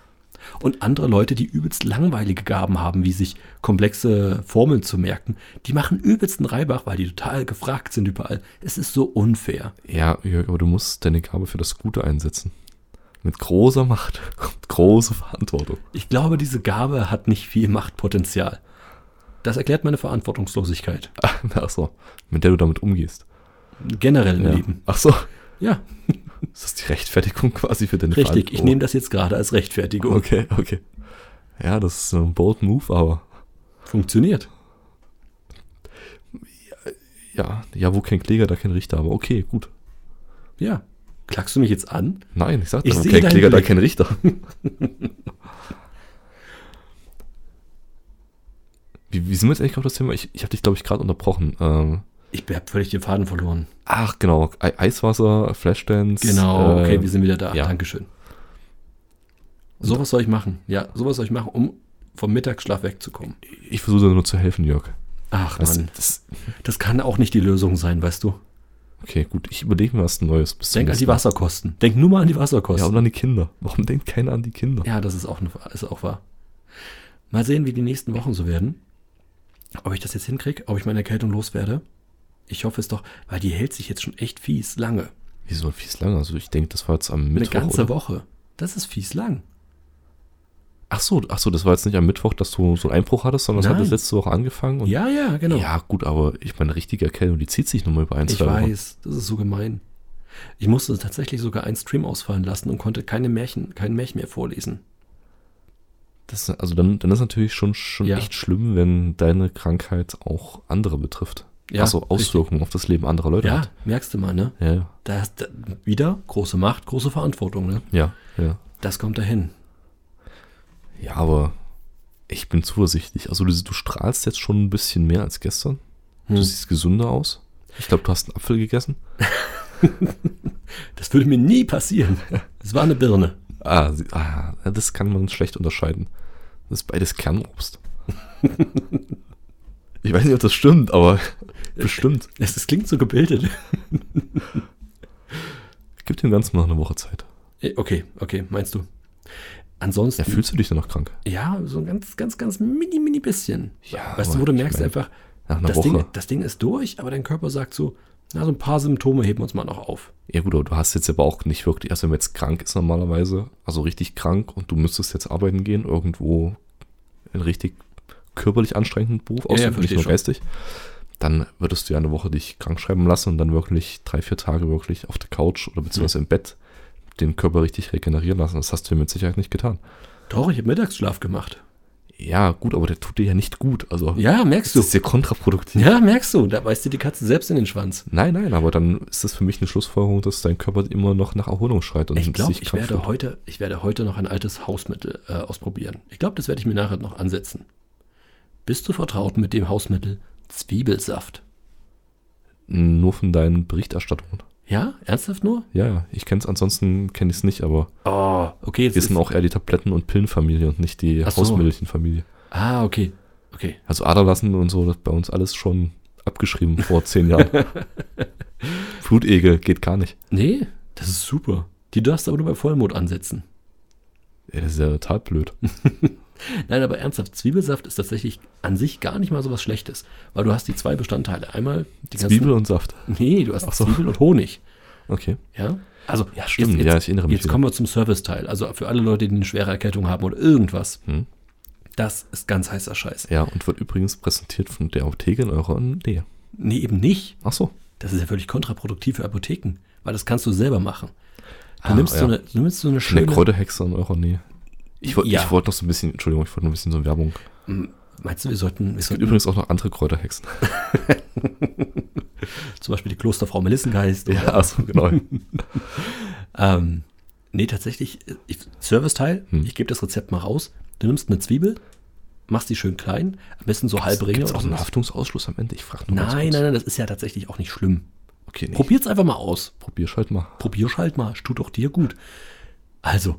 [SPEAKER 2] Und andere Leute, die übelst langweilige Gaben haben, wie sich komplexe Formeln zu merken, die machen übelsten Reibach, weil die total gefragt sind überall. Es ist so unfair.
[SPEAKER 1] Ja, Jörg, aber du musst deine Gabe für das Gute einsetzen. Mit großer Macht [LAUGHS] kommt große Verantwortung. [LAUGHS]
[SPEAKER 2] Ich glaube, diese Gabe hat nicht viel Machtpotenzial. Das erklärt meine Verantwortungslosigkeit.
[SPEAKER 1] Ach so, mit der du damit umgehst.
[SPEAKER 2] Generell im
[SPEAKER 1] Ja.
[SPEAKER 2] Leben.
[SPEAKER 1] Ach so,
[SPEAKER 2] Ja,
[SPEAKER 1] ist das die Rechtfertigung quasi für deine
[SPEAKER 2] Richtig, ich
[SPEAKER 1] Verantwortung?
[SPEAKER 2] nehme das jetzt gerade als Rechtfertigung.
[SPEAKER 1] Okay, okay. Ja, das ist ein bold move, aber
[SPEAKER 2] Funktioniert.
[SPEAKER 1] ja, ja, wo kein Kläger, da kein Richter, aber okay, gut.
[SPEAKER 2] Ja. Klackst du mich jetzt an?
[SPEAKER 1] Nein, ich sagte,
[SPEAKER 2] Ich
[SPEAKER 1] wo
[SPEAKER 2] sehe
[SPEAKER 1] kein
[SPEAKER 2] deinen
[SPEAKER 1] Kläger, da
[SPEAKER 2] Blick.
[SPEAKER 1] kein Richter.
[SPEAKER 2] [LAUGHS]
[SPEAKER 1] wie, wie sind wir jetzt eigentlich auf das Thema? Ich, ich habe dich, glaube ich, gerade unterbrochen. Ähm,
[SPEAKER 2] Ich habe völlig den Faden verloren.
[SPEAKER 1] ach, genau, E- Eiswasser, Flashdance.
[SPEAKER 2] Genau,
[SPEAKER 1] äh,
[SPEAKER 2] okay, wir sind wieder da.
[SPEAKER 1] ja.
[SPEAKER 2] Dankeschön. Sowas soll ich machen. Ja, sowas soll ich machen, um vom Mittagsschlaf wegzukommen.
[SPEAKER 1] ich versuche dir nur zu helfen, Jörg.
[SPEAKER 2] Ach
[SPEAKER 1] Das,
[SPEAKER 2] Mann,
[SPEAKER 1] das,
[SPEAKER 2] das kann auch nicht die Lösung sein, weißt du.
[SPEAKER 1] okay, gut, ich überlege mir was Neues. Bis zum
[SPEAKER 2] Denk an die
[SPEAKER 1] nächsten Mal.
[SPEAKER 2] Wasserkosten. Denk nur mal an die
[SPEAKER 1] Ja,
[SPEAKER 2] Wasserkosten.
[SPEAKER 1] und an die Kinder. Warum denkt keiner an die Kinder?
[SPEAKER 2] Ja, das ist auch, eine, ist auch wahr. Mal sehen, wie die nächsten Wochen so werden. Ob ich das jetzt hinkriege, ob ich meine Erkältung loswerde. Ich hoffe es doch, weil die hält sich jetzt schon echt fies lange.
[SPEAKER 1] Wieso fies lange? Also ich denke, das war jetzt am Mittwoch.
[SPEAKER 2] Eine ganze
[SPEAKER 1] oder?
[SPEAKER 2] Woche. Das ist fies lang.
[SPEAKER 1] Ach so, ach so, das war jetzt nicht am Mittwoch, dass du so einen Einbruch hattest, sondern das hat
[SPEAKER 2] Nein.
[SPEAKER 1] das letzte Woche angefangen. Und
[SPEAKER 2] Ja, ja, genau.
[SPEAKER 1] Ja, gut, aber ich meine, richtige Erkältung, die zieht sich nochmal über ein,
[SPEAKER 2] ich
[SPEAKER 1] zwei Wochen.
[SPEAKER 2] weiß, das ist so gemein. Ich musste tatsächlich sogar einen Stream ausfallen lassen und konnte keine Märchen, kein Märchen mehr vorlesen.
[SPEAKER 1] Das, also dann, dann ist natürlich schon, schon
[SPEAKER 2] Ja.
[SPEAKER 1] echt schlimm, wenn deine Krankheit auch andere betrifft.
[SPEAKER 2] Ja,
[SPEAKER 1] also Auswirkungen auf das Leben anderer Leute
[SPEAKER 2] Ja,
[SPEAKER 1] hat.
[SPEAKER 2] merkst du mal, ne?
[SPEAKER 1] Ja, ja,
[SPEAKER 2] Da hast du wieder große Macht, große Verantwortung, ne?
[SPEAKER 1] ja, ja.
[SPEAKER 2] Das kommt dahin.
[SPEAKER 1] Ja, aber ich bin zuversichtlich. Also du, du strahlst jetzt schon ein bisschen mehr als gestern. Du
[SPEAKER 2] Hm.
[SPEAKER 1] siehst gesünder aus. Ich glaube, du hast einen Apfel gegessen.
[SPEAKER 2] Das würde mir nie passieren. [LAUGHS] Es war eine Birne.
[SPEAKER 1] Ah, sie- ah, das kann man schlecht unterscheiden. Das ist beides
[SPEAKER 2] [LAUGHS]
[SPEAKER 1] Kernobst. ich weiß nicht, ob das stimmt, aber [LAUGHS] bestimmt.
[SPEAKER 2] Es es klingt so gebildet.
[SPEAKER 1] Gib dem Ganzen noch eine Woche Zeit.
[SPEAKER 2] Äh, Okay, okay, meinst du. Ansonsten,
[SPEAKER 1] Ja, fühlst du dich denn noch krank?
[SPEAKER 2] ja, so ein ganz, ganz, ganz mini, mini bisschen.
[SPEAKER 1] Ja,
[SPEAKER 2] weißt du,
[SPEAKER 1] aber
[SPEAKER 2] wo du
[SPEAKER 1] ich
[SPEAKER 2] merkst
[SPEAKER 1] mein-
[SPEAKER 2] einfach,
[SPEAKER 1] Nach einer
[SPEAKER 2] das
[SPEAKER 1] Woche.
[SPEAKER 2] Ding, das Ding ist durch, aber dein Körper sagt so, na, so ein paar Symptome heben uns mal noch auf.
[SPEAKER 1] Ja gut, aber du hast jetzt aber auch nicht wirklich, also wenn man jetzt krank ist normalerweise, also richtig krank und du müsstest jetzt arbeiten gehen, irgendwo in richtig körperlich anstrengenden Beruf
[SPEAKER 2] Ja, ja,
[SPEAKER 1] ausüben, nicht
[SPEAKER 2] verstehe
[SPEAKER 1] nur
[SPEAKER 2] schon.
[SPEAKER 1] geistig, dann würdest du ja eine Woche dich krank schreiben lassen und dann wirklich drei, vier Tage wirklich auf der Couch oder beziehungsweise im Bett den Körper richtig regenerieren lassen. Das hast du ja mit Sicherheit nicht getan.
[SPEAKER 2] Doch, ich habe Mittagsschlaf gemacht.
[SPEAKER 1] Ja, gut, aber der tut dir ja nicht gut. Also
[SPEAKER 2] Ja, merkst
[SPEAKER 1] das
[SPEAKER 2] du.
[SPEAKER 1] ist ja kontraproduktiv.
[SPEAKER 2] Ja, merkst du. Da beißt dir die Katze selbst in den Schwanz.
[SPEAKER 1] Nein, nein, aber dann ist das für mich eine Schlussfolgerung, dass dein Körper immer noch nach Erholung schreit und
[SPEAKER 2] Ich glaube,
[SPEAKER 1] sich
[SPEAKER 2] ich
[SPEAKER 1] krank
[SPEAKER 2] werde
[SPEAKER 1] fühlt.
[SPEAKER 2] heute, ich werde heute noch ein altes Hausmittel äh, ausprobieren. Ich glaube, das werde ich mir nachher noch ansetzen. Bist du vertraut mit dem Hausmittel Zwiebelsaft?
[SPEAKER 1] Nur von deinen Berichterstattungen.
[SPEAKER 2] Ja, ernsthaft nur?
[SPEAKER 1] Ja, ja, ich kenne es, ansonsten kenne ich es nicht, aber
[SPEAKER 2] Oh, okay. Jetzt
[SPEAKER 1] wir sind
[SPEAKER 2] ist,
[SPEAKER 1] auch eher die Tabletten- und Pillenfamilie und nicht die
[SPEAKER 2] Ach so.
[SPEAKER 1] Hausmittelchenfamilie.
[SPEAKER 2] ah, okay. Okay.
[SPEAKER 1] Also Aderlassen und so, das ist bei uns alles schon abgeschrieben
[SPEAKER 2] [LAUGHS]
[SPEAKER 1] vor zehn Jahren. Blutegel geht gar nicht.
[SPEAKER 2] Nee, das ist super. Die darfst du aber nur bei Vollmond ansetzen.
[SPEAKER 1] Ja, das ist ja total blöd.
[SPEAKER 2] Nein, aber ernsthaft, Zwiebelsaft ist tatsächlich an sich gar nicht mal so was Schlechtes, weil du hast die zwei Bestandteile. Einmal die
[SPEAKER 1] Zwiebel und Saft.
[SPEAKER 2] ganzen. Nee, du hast
[SPEAKER 1] so.
[SPEAKER 2] Zwiebel und Honig.
[SPEAKER 1] Okay.
[SPEAKER 2] Ja? Also, ja,
[SPEAKER 1] stimmt,
[SPEAKER 2] Jetzt,
[SPEAKER 1] ja,
[SPEAKER 2] jetzt,
[SPEAKER 1] ich erinnere mich
[SPEAKER 2] jetzt
[SPEAKER 1] wieder.
[SPEAKER 2] kommen wir zum Serviceteil. Also für alle Leute, die eine schwere Erkältung haben oder irgendwas.
[SPEAKER 1] Hm.
[SPEAKER 2] Das ist ganz heißer Scheiß.
[SPEAKER 1] Ja, und wird übrigens präsentiert von der Apotheke in eurer Nähe.
[SPEAKER 2] Nee, eben nicht.
[SPEAKER 1] Ach so.
[SPEAKER 2] Das ist ja völlig kontraproduktiv für Apotheken, weil das kannst du selber machen. Du,
[SPEAKER 1] Ah,
[SPEAKER 2] nimmst, so
[SPEAKER 1] ja.
[SPEAKER 2] eine, du nimmst so eine
[SPEAKER 1] Eine
[SPEAKER 2] schöne.
[SPEAKER 1] Kräuterhexe in eurer Nähe. Ich wollte
[SPEAKER 2] Ja.
[SPEAKER 1] ich wollte noch so ein bisschen, Entschuldigung, ich wollte noch ein bisschen so Werbung.
[SPEAKER 2] Meinst du, wir sollten, wir
[SPEAKER 1] Es gibt
[SPEAKER 2] sollten
[SPEAKER 1] übrigens auch noch andere Kräuterhexen.
[SPEAKER 2] zum Beispiel die Klosterfrau Melissengeist
[SPEAKER 1] [LAUGHS]
[SPEAKER 2] oder
[SPEAKER 1] [LAUGHS] Ja, also genau.
[SPEAKER 2] Ähm, nee, tatsächlich, ich, Serviceteil,
[SPEAKER 1] Hm.
[SPEAKER 2] ich gebe das Rezept mal raus. Du nimmst eine Zwiebel, machst die schön klein, am besten so halb Ringe
[SPEAKER 1] Gibt's auch
[SPEAKER 2] so.
[SPEAKER 1] einen Haftungsausschluss am Ende? Ich frage nur ganz
[SPEAKER 2] Nein, nein,
[SPEAKER 1] kurz.
[SPEAKER 2] nein, das ist ja tatsächlich auch nicht schlimm.
[SPEAKER 1] Okay, nee,
[SPEAKER 2] Probier's einfach mal aus.
[SPEAKER 1] probier's halt mal.
[SPEAKER 2] Probier's halt mal, es tut auch dir gut. Also,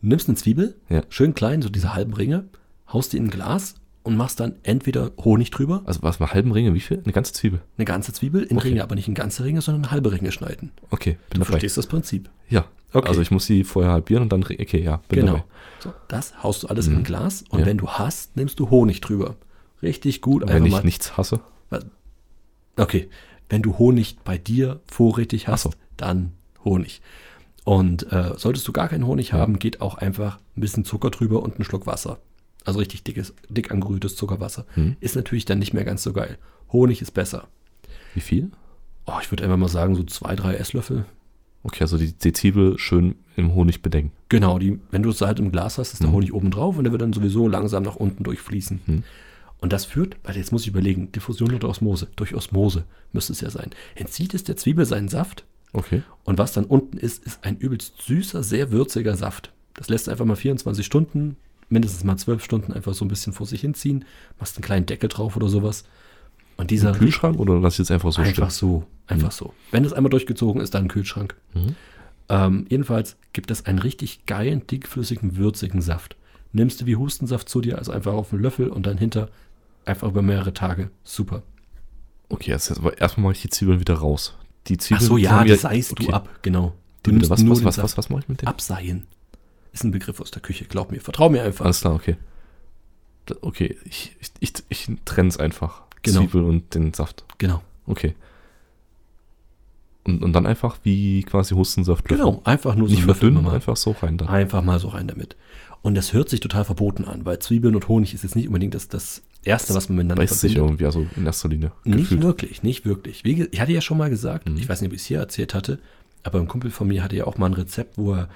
[SPEAKER 2] du nimmst eine Zwiebel,
[SPEAKER 1] Ja.
[SPEAKER 2] schön klein, so diese halben Ringe, haust die in ein Glas und machst dann entweder Honig drüber,
[SPEAKER 1] Also was, mal halben Ringe, wie viel? Eine ganze Zwiebel.
[SPEAKER 2] eine ganze Zwiebel, in Ringe, aber nicht in ganze Ringe, sondern in halbe Ringe schneiden.
[SPEAKER 1] Okay, bin
[SPEAKER 2] Du
[SPEAKER 1] dabei.
[SPEAKER 2] verstehst das Prinzip.
[SPEAKER 1] Ja,
[SPEAKER 2] Okay.
[SPEAKER 1] also ich muss sie vorher halbieren und dann, ri- okay, ja, bin
[SPEAKER 2] Genau.
[SPEAKER 1] dabei.
[SPEAKER 2] So, das haust du alles in ein Glas und
[SPEAKER 1] Mhm. Ja.
[SPEAKER 2] wenn du hast, nimmst du Honig drüber. Richtig gut.
[SPEAKER 1] Wenn ich nichts hasse,
[SPEAKER 2] Was- Okay. Wenn du Honig bei dir vorrätig hast,
[SPEAKER 1] so.
[SPEAKER 2] dann Honig. Und äh, solltest du gar keinen Honig haben, geht auch einfach ein bisschen Zucker drüber und einen Schluck Wasser. Also richtig dickes, dick angerührtes Zuckerwasser.
[SPEAKER 1] Mhm.
[SPEAKER 2] Ist natürlich dann nicht mehr ganz so geil. Honig ist besser.
[SPEAKER 1] wie viel?
[SPEAKER 2] Oh, ich würde einfach mal sagen, so zwei, drei Esslöffel.
[SPEAKER 1] Okay, also die, die Zwiebel schön im Honig bedenken.
[SPEAKER 2] Genau, die, wenn du es halt im Glas hast, ist der Honig oben drauf und der wird dann sowieso langsam nach unten durchfließen. Und das führt, weil jetzt muss ich überlegen, Diffusion oder Osmose? Durch Osmose müsste es ja sein. Entzieht es der Zwiebel seinen Saft
[SPEAKER 1] Okay.
[SPEAKER 2] und was dann unten ist, ist ein übelst süßer, sehr würziger Saft. Das lässt du einfach mal 24 Stunden, mindestens mal 12 Stunden einfach so ein bisschen vor sich hinziehen, machst einen kleinen Deckel drauf oder sowas. Und dieser
[SPEAKER 1] Kühlschrank oder lass ich jetzt einfach so stehen?
[SPEAKER 2] Einfach so,
[SPEAKER 1] Mhm.
[SPEAKER 2] einfach so. Wenn das einmal durchgezogen ist, dann Kühlschrank. Ähm, jedenfalls gibt es einen richtig geilen, dickflüssigen, würzigen Saft. Nimmst du wie Hustensaft zu dir, also einfach auf einen Löffel und dann hinter einfach über mehrere Tage. Super.
[SPEAKER 1] Okay, jetzt, jetzt- aber erstmal mache ich die Zwiebeln wieder raus. Die Zwiebeln
[SPEAKER 2] Ach so,
[SPEAKER 1] die
[SPEAKER 2] ja,
[SPEAKER 1] haben
[SPEAKER 2] das seist du
[SPEAKER 1] okay.
[SPEAKER 2] ab, genau.
[SPEAKER 1] Die bitte, was,
[SPEAKER 2] nur
[SPEAKER 1] was,
[SPEAKER 2] den
[SPEAKER 1] was,
[SPEAKER 2] Saft.
[SPEAKER 1] was, was mache ich mit dem?
[SPEAKER 2] Abseien. Ist ein Begriff aus der Küche, glaub mir. Vertrau mir einfach.
[SPEAKER 1] Alles klar, okay. Da- Okay, ich, ich, ich, ich trenne es einfach.
[SPEAKER 2] Genau.
[SPEAKER 1] Zwiebel und den Saft.
[SPEAKER 2] genau.
[SPEAKER 1] Okay. Und, und dann einfach wie quasi Hustensaft.
[SPEAKER 2] Genau, einfach nur
[SPEAKER 1] Nicht
[SPEAKER 2] einen Löffel
[SPEAKER 1] verdünnen,
[SPEAKER 2] mal.
[SPEAKER 1] einfach so rein da.
[SPEAKER 2] Einfach mal so rein damit. Und das hört sich total verboten an, weil Zwiebeln und Honig ist jetzt nicht unbedingt das, das Erste, was man miteinander
[SPEAKER 1] Beißt sich irgendwie, also in erster Linie.
[SPEAKER 2] Nicht
[SPEAKER 1] gefühlt.
[SPEAKER 2] wirklich, nicht wirklich. Wie, ge- ich hatte ja schon mal gesagt, ich weiß nicht, ob ich es hier erzählt hatte, aber ein Kumpel von mir hatte ja auch mal ein Rezept, wo er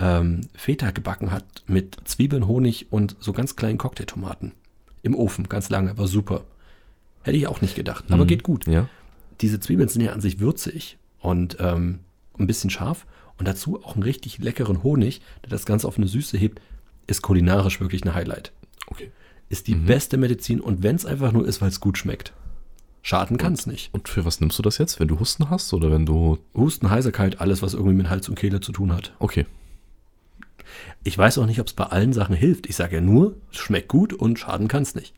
[SPEAKER 2] ähm, Feta gebacken hat mit Zwiebeln, Honig und so ganz kleinen Cocktailtomaten. Im Ofen, ganz lange, war super. Hätte ich auch nicht gedacht, aber geht gut.
[SPEAKER 1] Mhm. Ja.
[SPEAKER 2] Diese Zwiebeln sind ja an sich würzig und ähm, ein bisschen scharf und dazu auch einen richtig leckeren Honig, der das Ganze auf eine Süße hebt, ist kulinarisch wirklich ein Highlight.
[SPEAKER 1] Okay.
[SPEAKER 2] Ist die beste Medizin und wenn es einfach nur ist, weil es gut schmeckt. Schaden kann es nicht.
[SPEAKER 1] Und für was nimmst du das jetzt, wenn du Husten hast oder wenn du.
[SPEAKER 2] Husten, Heiserkeit, alles, was irgendwie mit Hals und Kehle zu tun hat.
[SPEAKER 1] Okay.
[SPEAKER 2] Ich weiß auch nicht, ob es bei allen Sachen hilft. Ich sage ja nur, es schmeckt gut und schaden kann es nicht.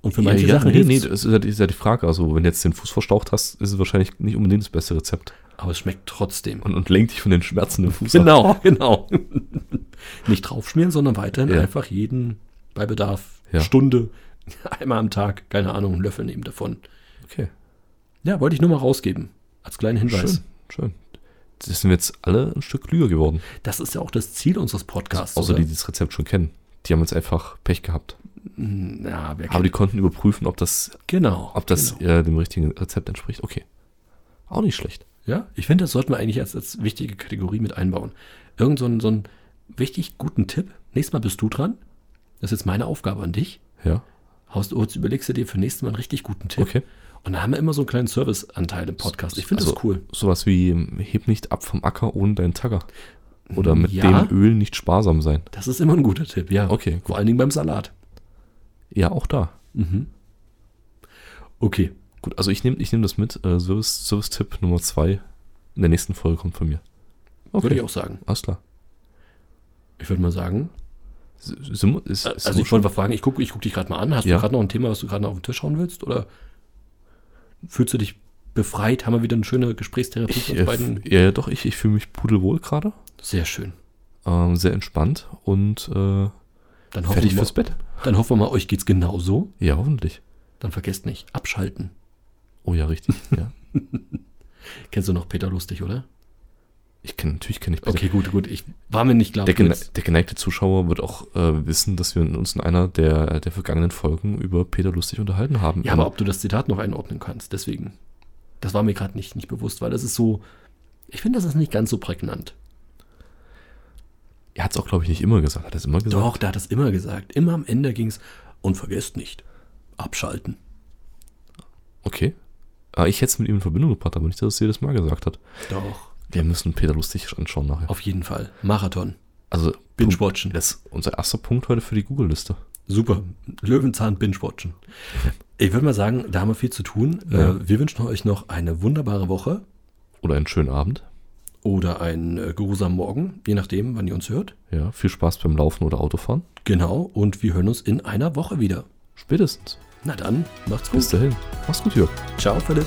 [SPEAKER 2] Und für manche Sachen
[SPEAKER 1] nee,
[SPEAKER 2] hilft
[SPEAKER 1] nee,
[SPEAKER 2] es.
[SPEAKER 1] das ist ja, die- ist ja die Frage. Also, wenn du jetzt den Fuß verstaucht hast, ist es wahrscheinlich nicht unbedingt das beste Rezept.
[SPEAKER 2] aber es schmeckt trotzdem.
[SPEAKER 1] [LAUGHS] Und, und lenkt dich von den Schmerzen im Fuß ab. [LAUGHS]
[SPEAKER 2] [LAUGHS] Genau, genau. nicht draufschmieren, sondern weiterhin
[SPEAKER 1] Ja.
[SPEAKER 2] einfach jeden bei Bedarf,
[SPEAKER 1] Ja.
[SPEAKER 2] Stunde, [LAUGHS] einmal am Tag, keine Ahnung, einen Löffel nehmen davon.
[SPEAKER 1] Okay.
[SPEAKER 2] Ja, wollte ich nur mal rausgeben. Als kleinen Hinweis.
[SPEAKER 1] Schön. Schön. Das sind wir jetzt alle ein Stück klüger geworden.
[SPEAKER 2] Das ist ja auch das Ziel unseres Podcasts.
[SPEAKER 1] Außer
[SPEAKER 2] oder?
[SPEAKER 1] die, die das Rezept schon kennen. Die haben jetzt einfach Pech gehabt.
[SPEAKER 2] Ja, wer
[SPEAKER 1] Aber
[SPEAKER 2] kennt-
[SPEAKER 1] die konnten überprüfen, ob das,
[SPEAKER 2] genau.
[SPEAKER 1] ob das
[SPEAKER 2] Genau.
[SPEAKER 1] äh, dem richtigen Rezept entspricht. Okay. Auch nicht schlecht.
[SPEAKER 2] Ja, ich finde, das sollten wir eigentlich als, als wichtige Kategorie mit einbauen. Irgend so einen, so einen richtig guten Tipp. Nächstes Mal bist du dran. Das ist jetzt meine Aufgabe an dich.
[SPEAKER 1] Ja.
[SPEAKER 2] Haust du überlegst du dir für nächstes Mal einen richtig guten Tipp.
[SPEAKER 1] Okay.
[SPEAKER 2] Und da haben wir immer so einen kleinen Serviceanteil im Podcast. Ich finde
[SPEAKER 1] Also,
[SPEAKER 2] das cool.
[SPEAKER 1] Sowas wie, ähm, heb nicht ab vom Acker ohne deinen Tagger. Oder mit
[SPEAKER 2] Mm, Ja.
[SPEAKER 1] dem Öl nicht sparsam sein.
[SPEAKER 2] Das ist immer ein guter Tipp, ja.
[SPEAKER 1] Okay,
[SPEAKER 2] Vor allen Dingen beim Salat. Mhm.
[SPEAKER 1] Ja, auch da.
[SPEAKER 2] Okay.
[SPEAKER 1] Gut, also ich nehme ich nehm das mit. Äh, Service- Service-Tipp Nummer zwei in der nächsten Folge kommt von mir.
[SPEAKER 2] Würde ich auch sagen.
[SPEAKER 1] Alles klar.
[SPEAKER 2] Ich würde mal sagen.
[SPEAKER 1] S- Sind, wir- ist, ist
[SPEAKER 2] Also
[SPEAKER 1] nicht-
[SPEAKER 2] ich wollte mal fragen, ich gucke ich guck dich gerade mal an. Hast
[SPEAKER 1] Ja.
[SPEAKER 2] du gerade noch ein Thema, was du gerade noch auf den Tisch hauen willst? Oder fühlst du dich befreit? Haben wir wieder eine schöne Gesprächstherapie
[SPEAKER 1] ich,
[SPEAKER 2] von
[SPEAKER 1] äh,
[SPEAKER 2] uns
[SPEAKER 1] f-
[SPEAKER 2] beiden?
[SPEAKER 1] ja, ja, doch, ich, ich fühle mich pudelwohl gerade.
[SPEAKER 2] Sehr schön.
[SPEAKER 1] Ähm, sehr entspannt und äh,
[SPEAKER 2] Dann hoffen,
[SPEAKER 1] fertig
[SPEAKER 2] wir,
[SPEAKER 1] fürs Bett.
[SPEAKER 2] dann hoffen wir mal, euch geht's genauso.
[SPEAKER 1] Ja, hoffentlich.
[SPEAKER 2] Dann vergesst nicht, abschalten.
[SPEAKER 1] Oh ja, richtig.
[SPEAKER 2] [LAUGHS]
[SPEAKER 1] ja.
[SPEAKER 2] Kennst du noch Peter Lustig, oder?
[SPEAKER 1] Ich kenn, natürlich kenne ich Peter.
[SPEAKER 2] Okay, gut, gut. Ich war mir nicht klar.
[SPEAKER 1] Der,
[SPEAKER 2] ob du
[SPEAKER 1] gene
[SPEAKER 2] jetzt-
[SPEAKER 1] der geneigte Zuschauer wird auch äh, wissen, dass wir uns in einer der, der vergangenen Folgen über Peter Lustig unterhalten haben. Ähm,
[SPEAKER 2] Ja, aber ob du das Zitat noch einordnen kannst, deswegen. Das war mir gerade nicht, nicht bewusst, weil das ist so. Ich finde, das ist nicht ganz so prägnant.
[SPEAKER 1] er hat es auch, glaube ich, nicht immer gesagt. Hat er es immer gesagt?
[SPEAKER 2] Doch, der hat das immer gesagt. Immer am Ende ging's. Und vergesst nicht, abschalten.
[SPEAKER 1] Okay. Aber ich hätte es mit ihm in Verbindung gebracht, aber nicht, dass er es jedes Mal gesagt hat.
[SPEAKER 2] Doch.
[SPEAKER 1] Wir müssen Peter Lustig anschauen nachher.
[SPEAKER 2] Auf jeden Fall. Marathon.
[SPEAKER 1] Also, Punkt-
[SPEAKER 2] Binge-Watchen.
[SPEAKER 1] das ist unser erster Punkt heute für die Google-Liste.
[SPEAKER 2] Super. Löwenzahn Binge-Watchen. Ich würde mal sagen, da haben wir viel zu tun.
[SPEAKER 1] Ja.
[SPEAKER 2] Äh, wir wünschen euch noch eine wunderbare Woche
[SPEAKER 1] Oder einen schönen Abend.
[SPEAKER 2] oder einen äh, geruhsamen Morgen, je nachdem, wann ihr uns hört.
[SPEAKER 1] Ja, viel Spaß beim Laufen oder Autofahren.
[SPEAKER 2] Genau. Und wir hören uns in einer Woche wieder.
[SPEAKER 1] Spätestens.
[SPEAKER 2] Na dann, macht's gut.
[SPEAKER 1] Bis dahin. Mach's gut, Jörg.
[SPEAKER 2] Ciao, Philipp.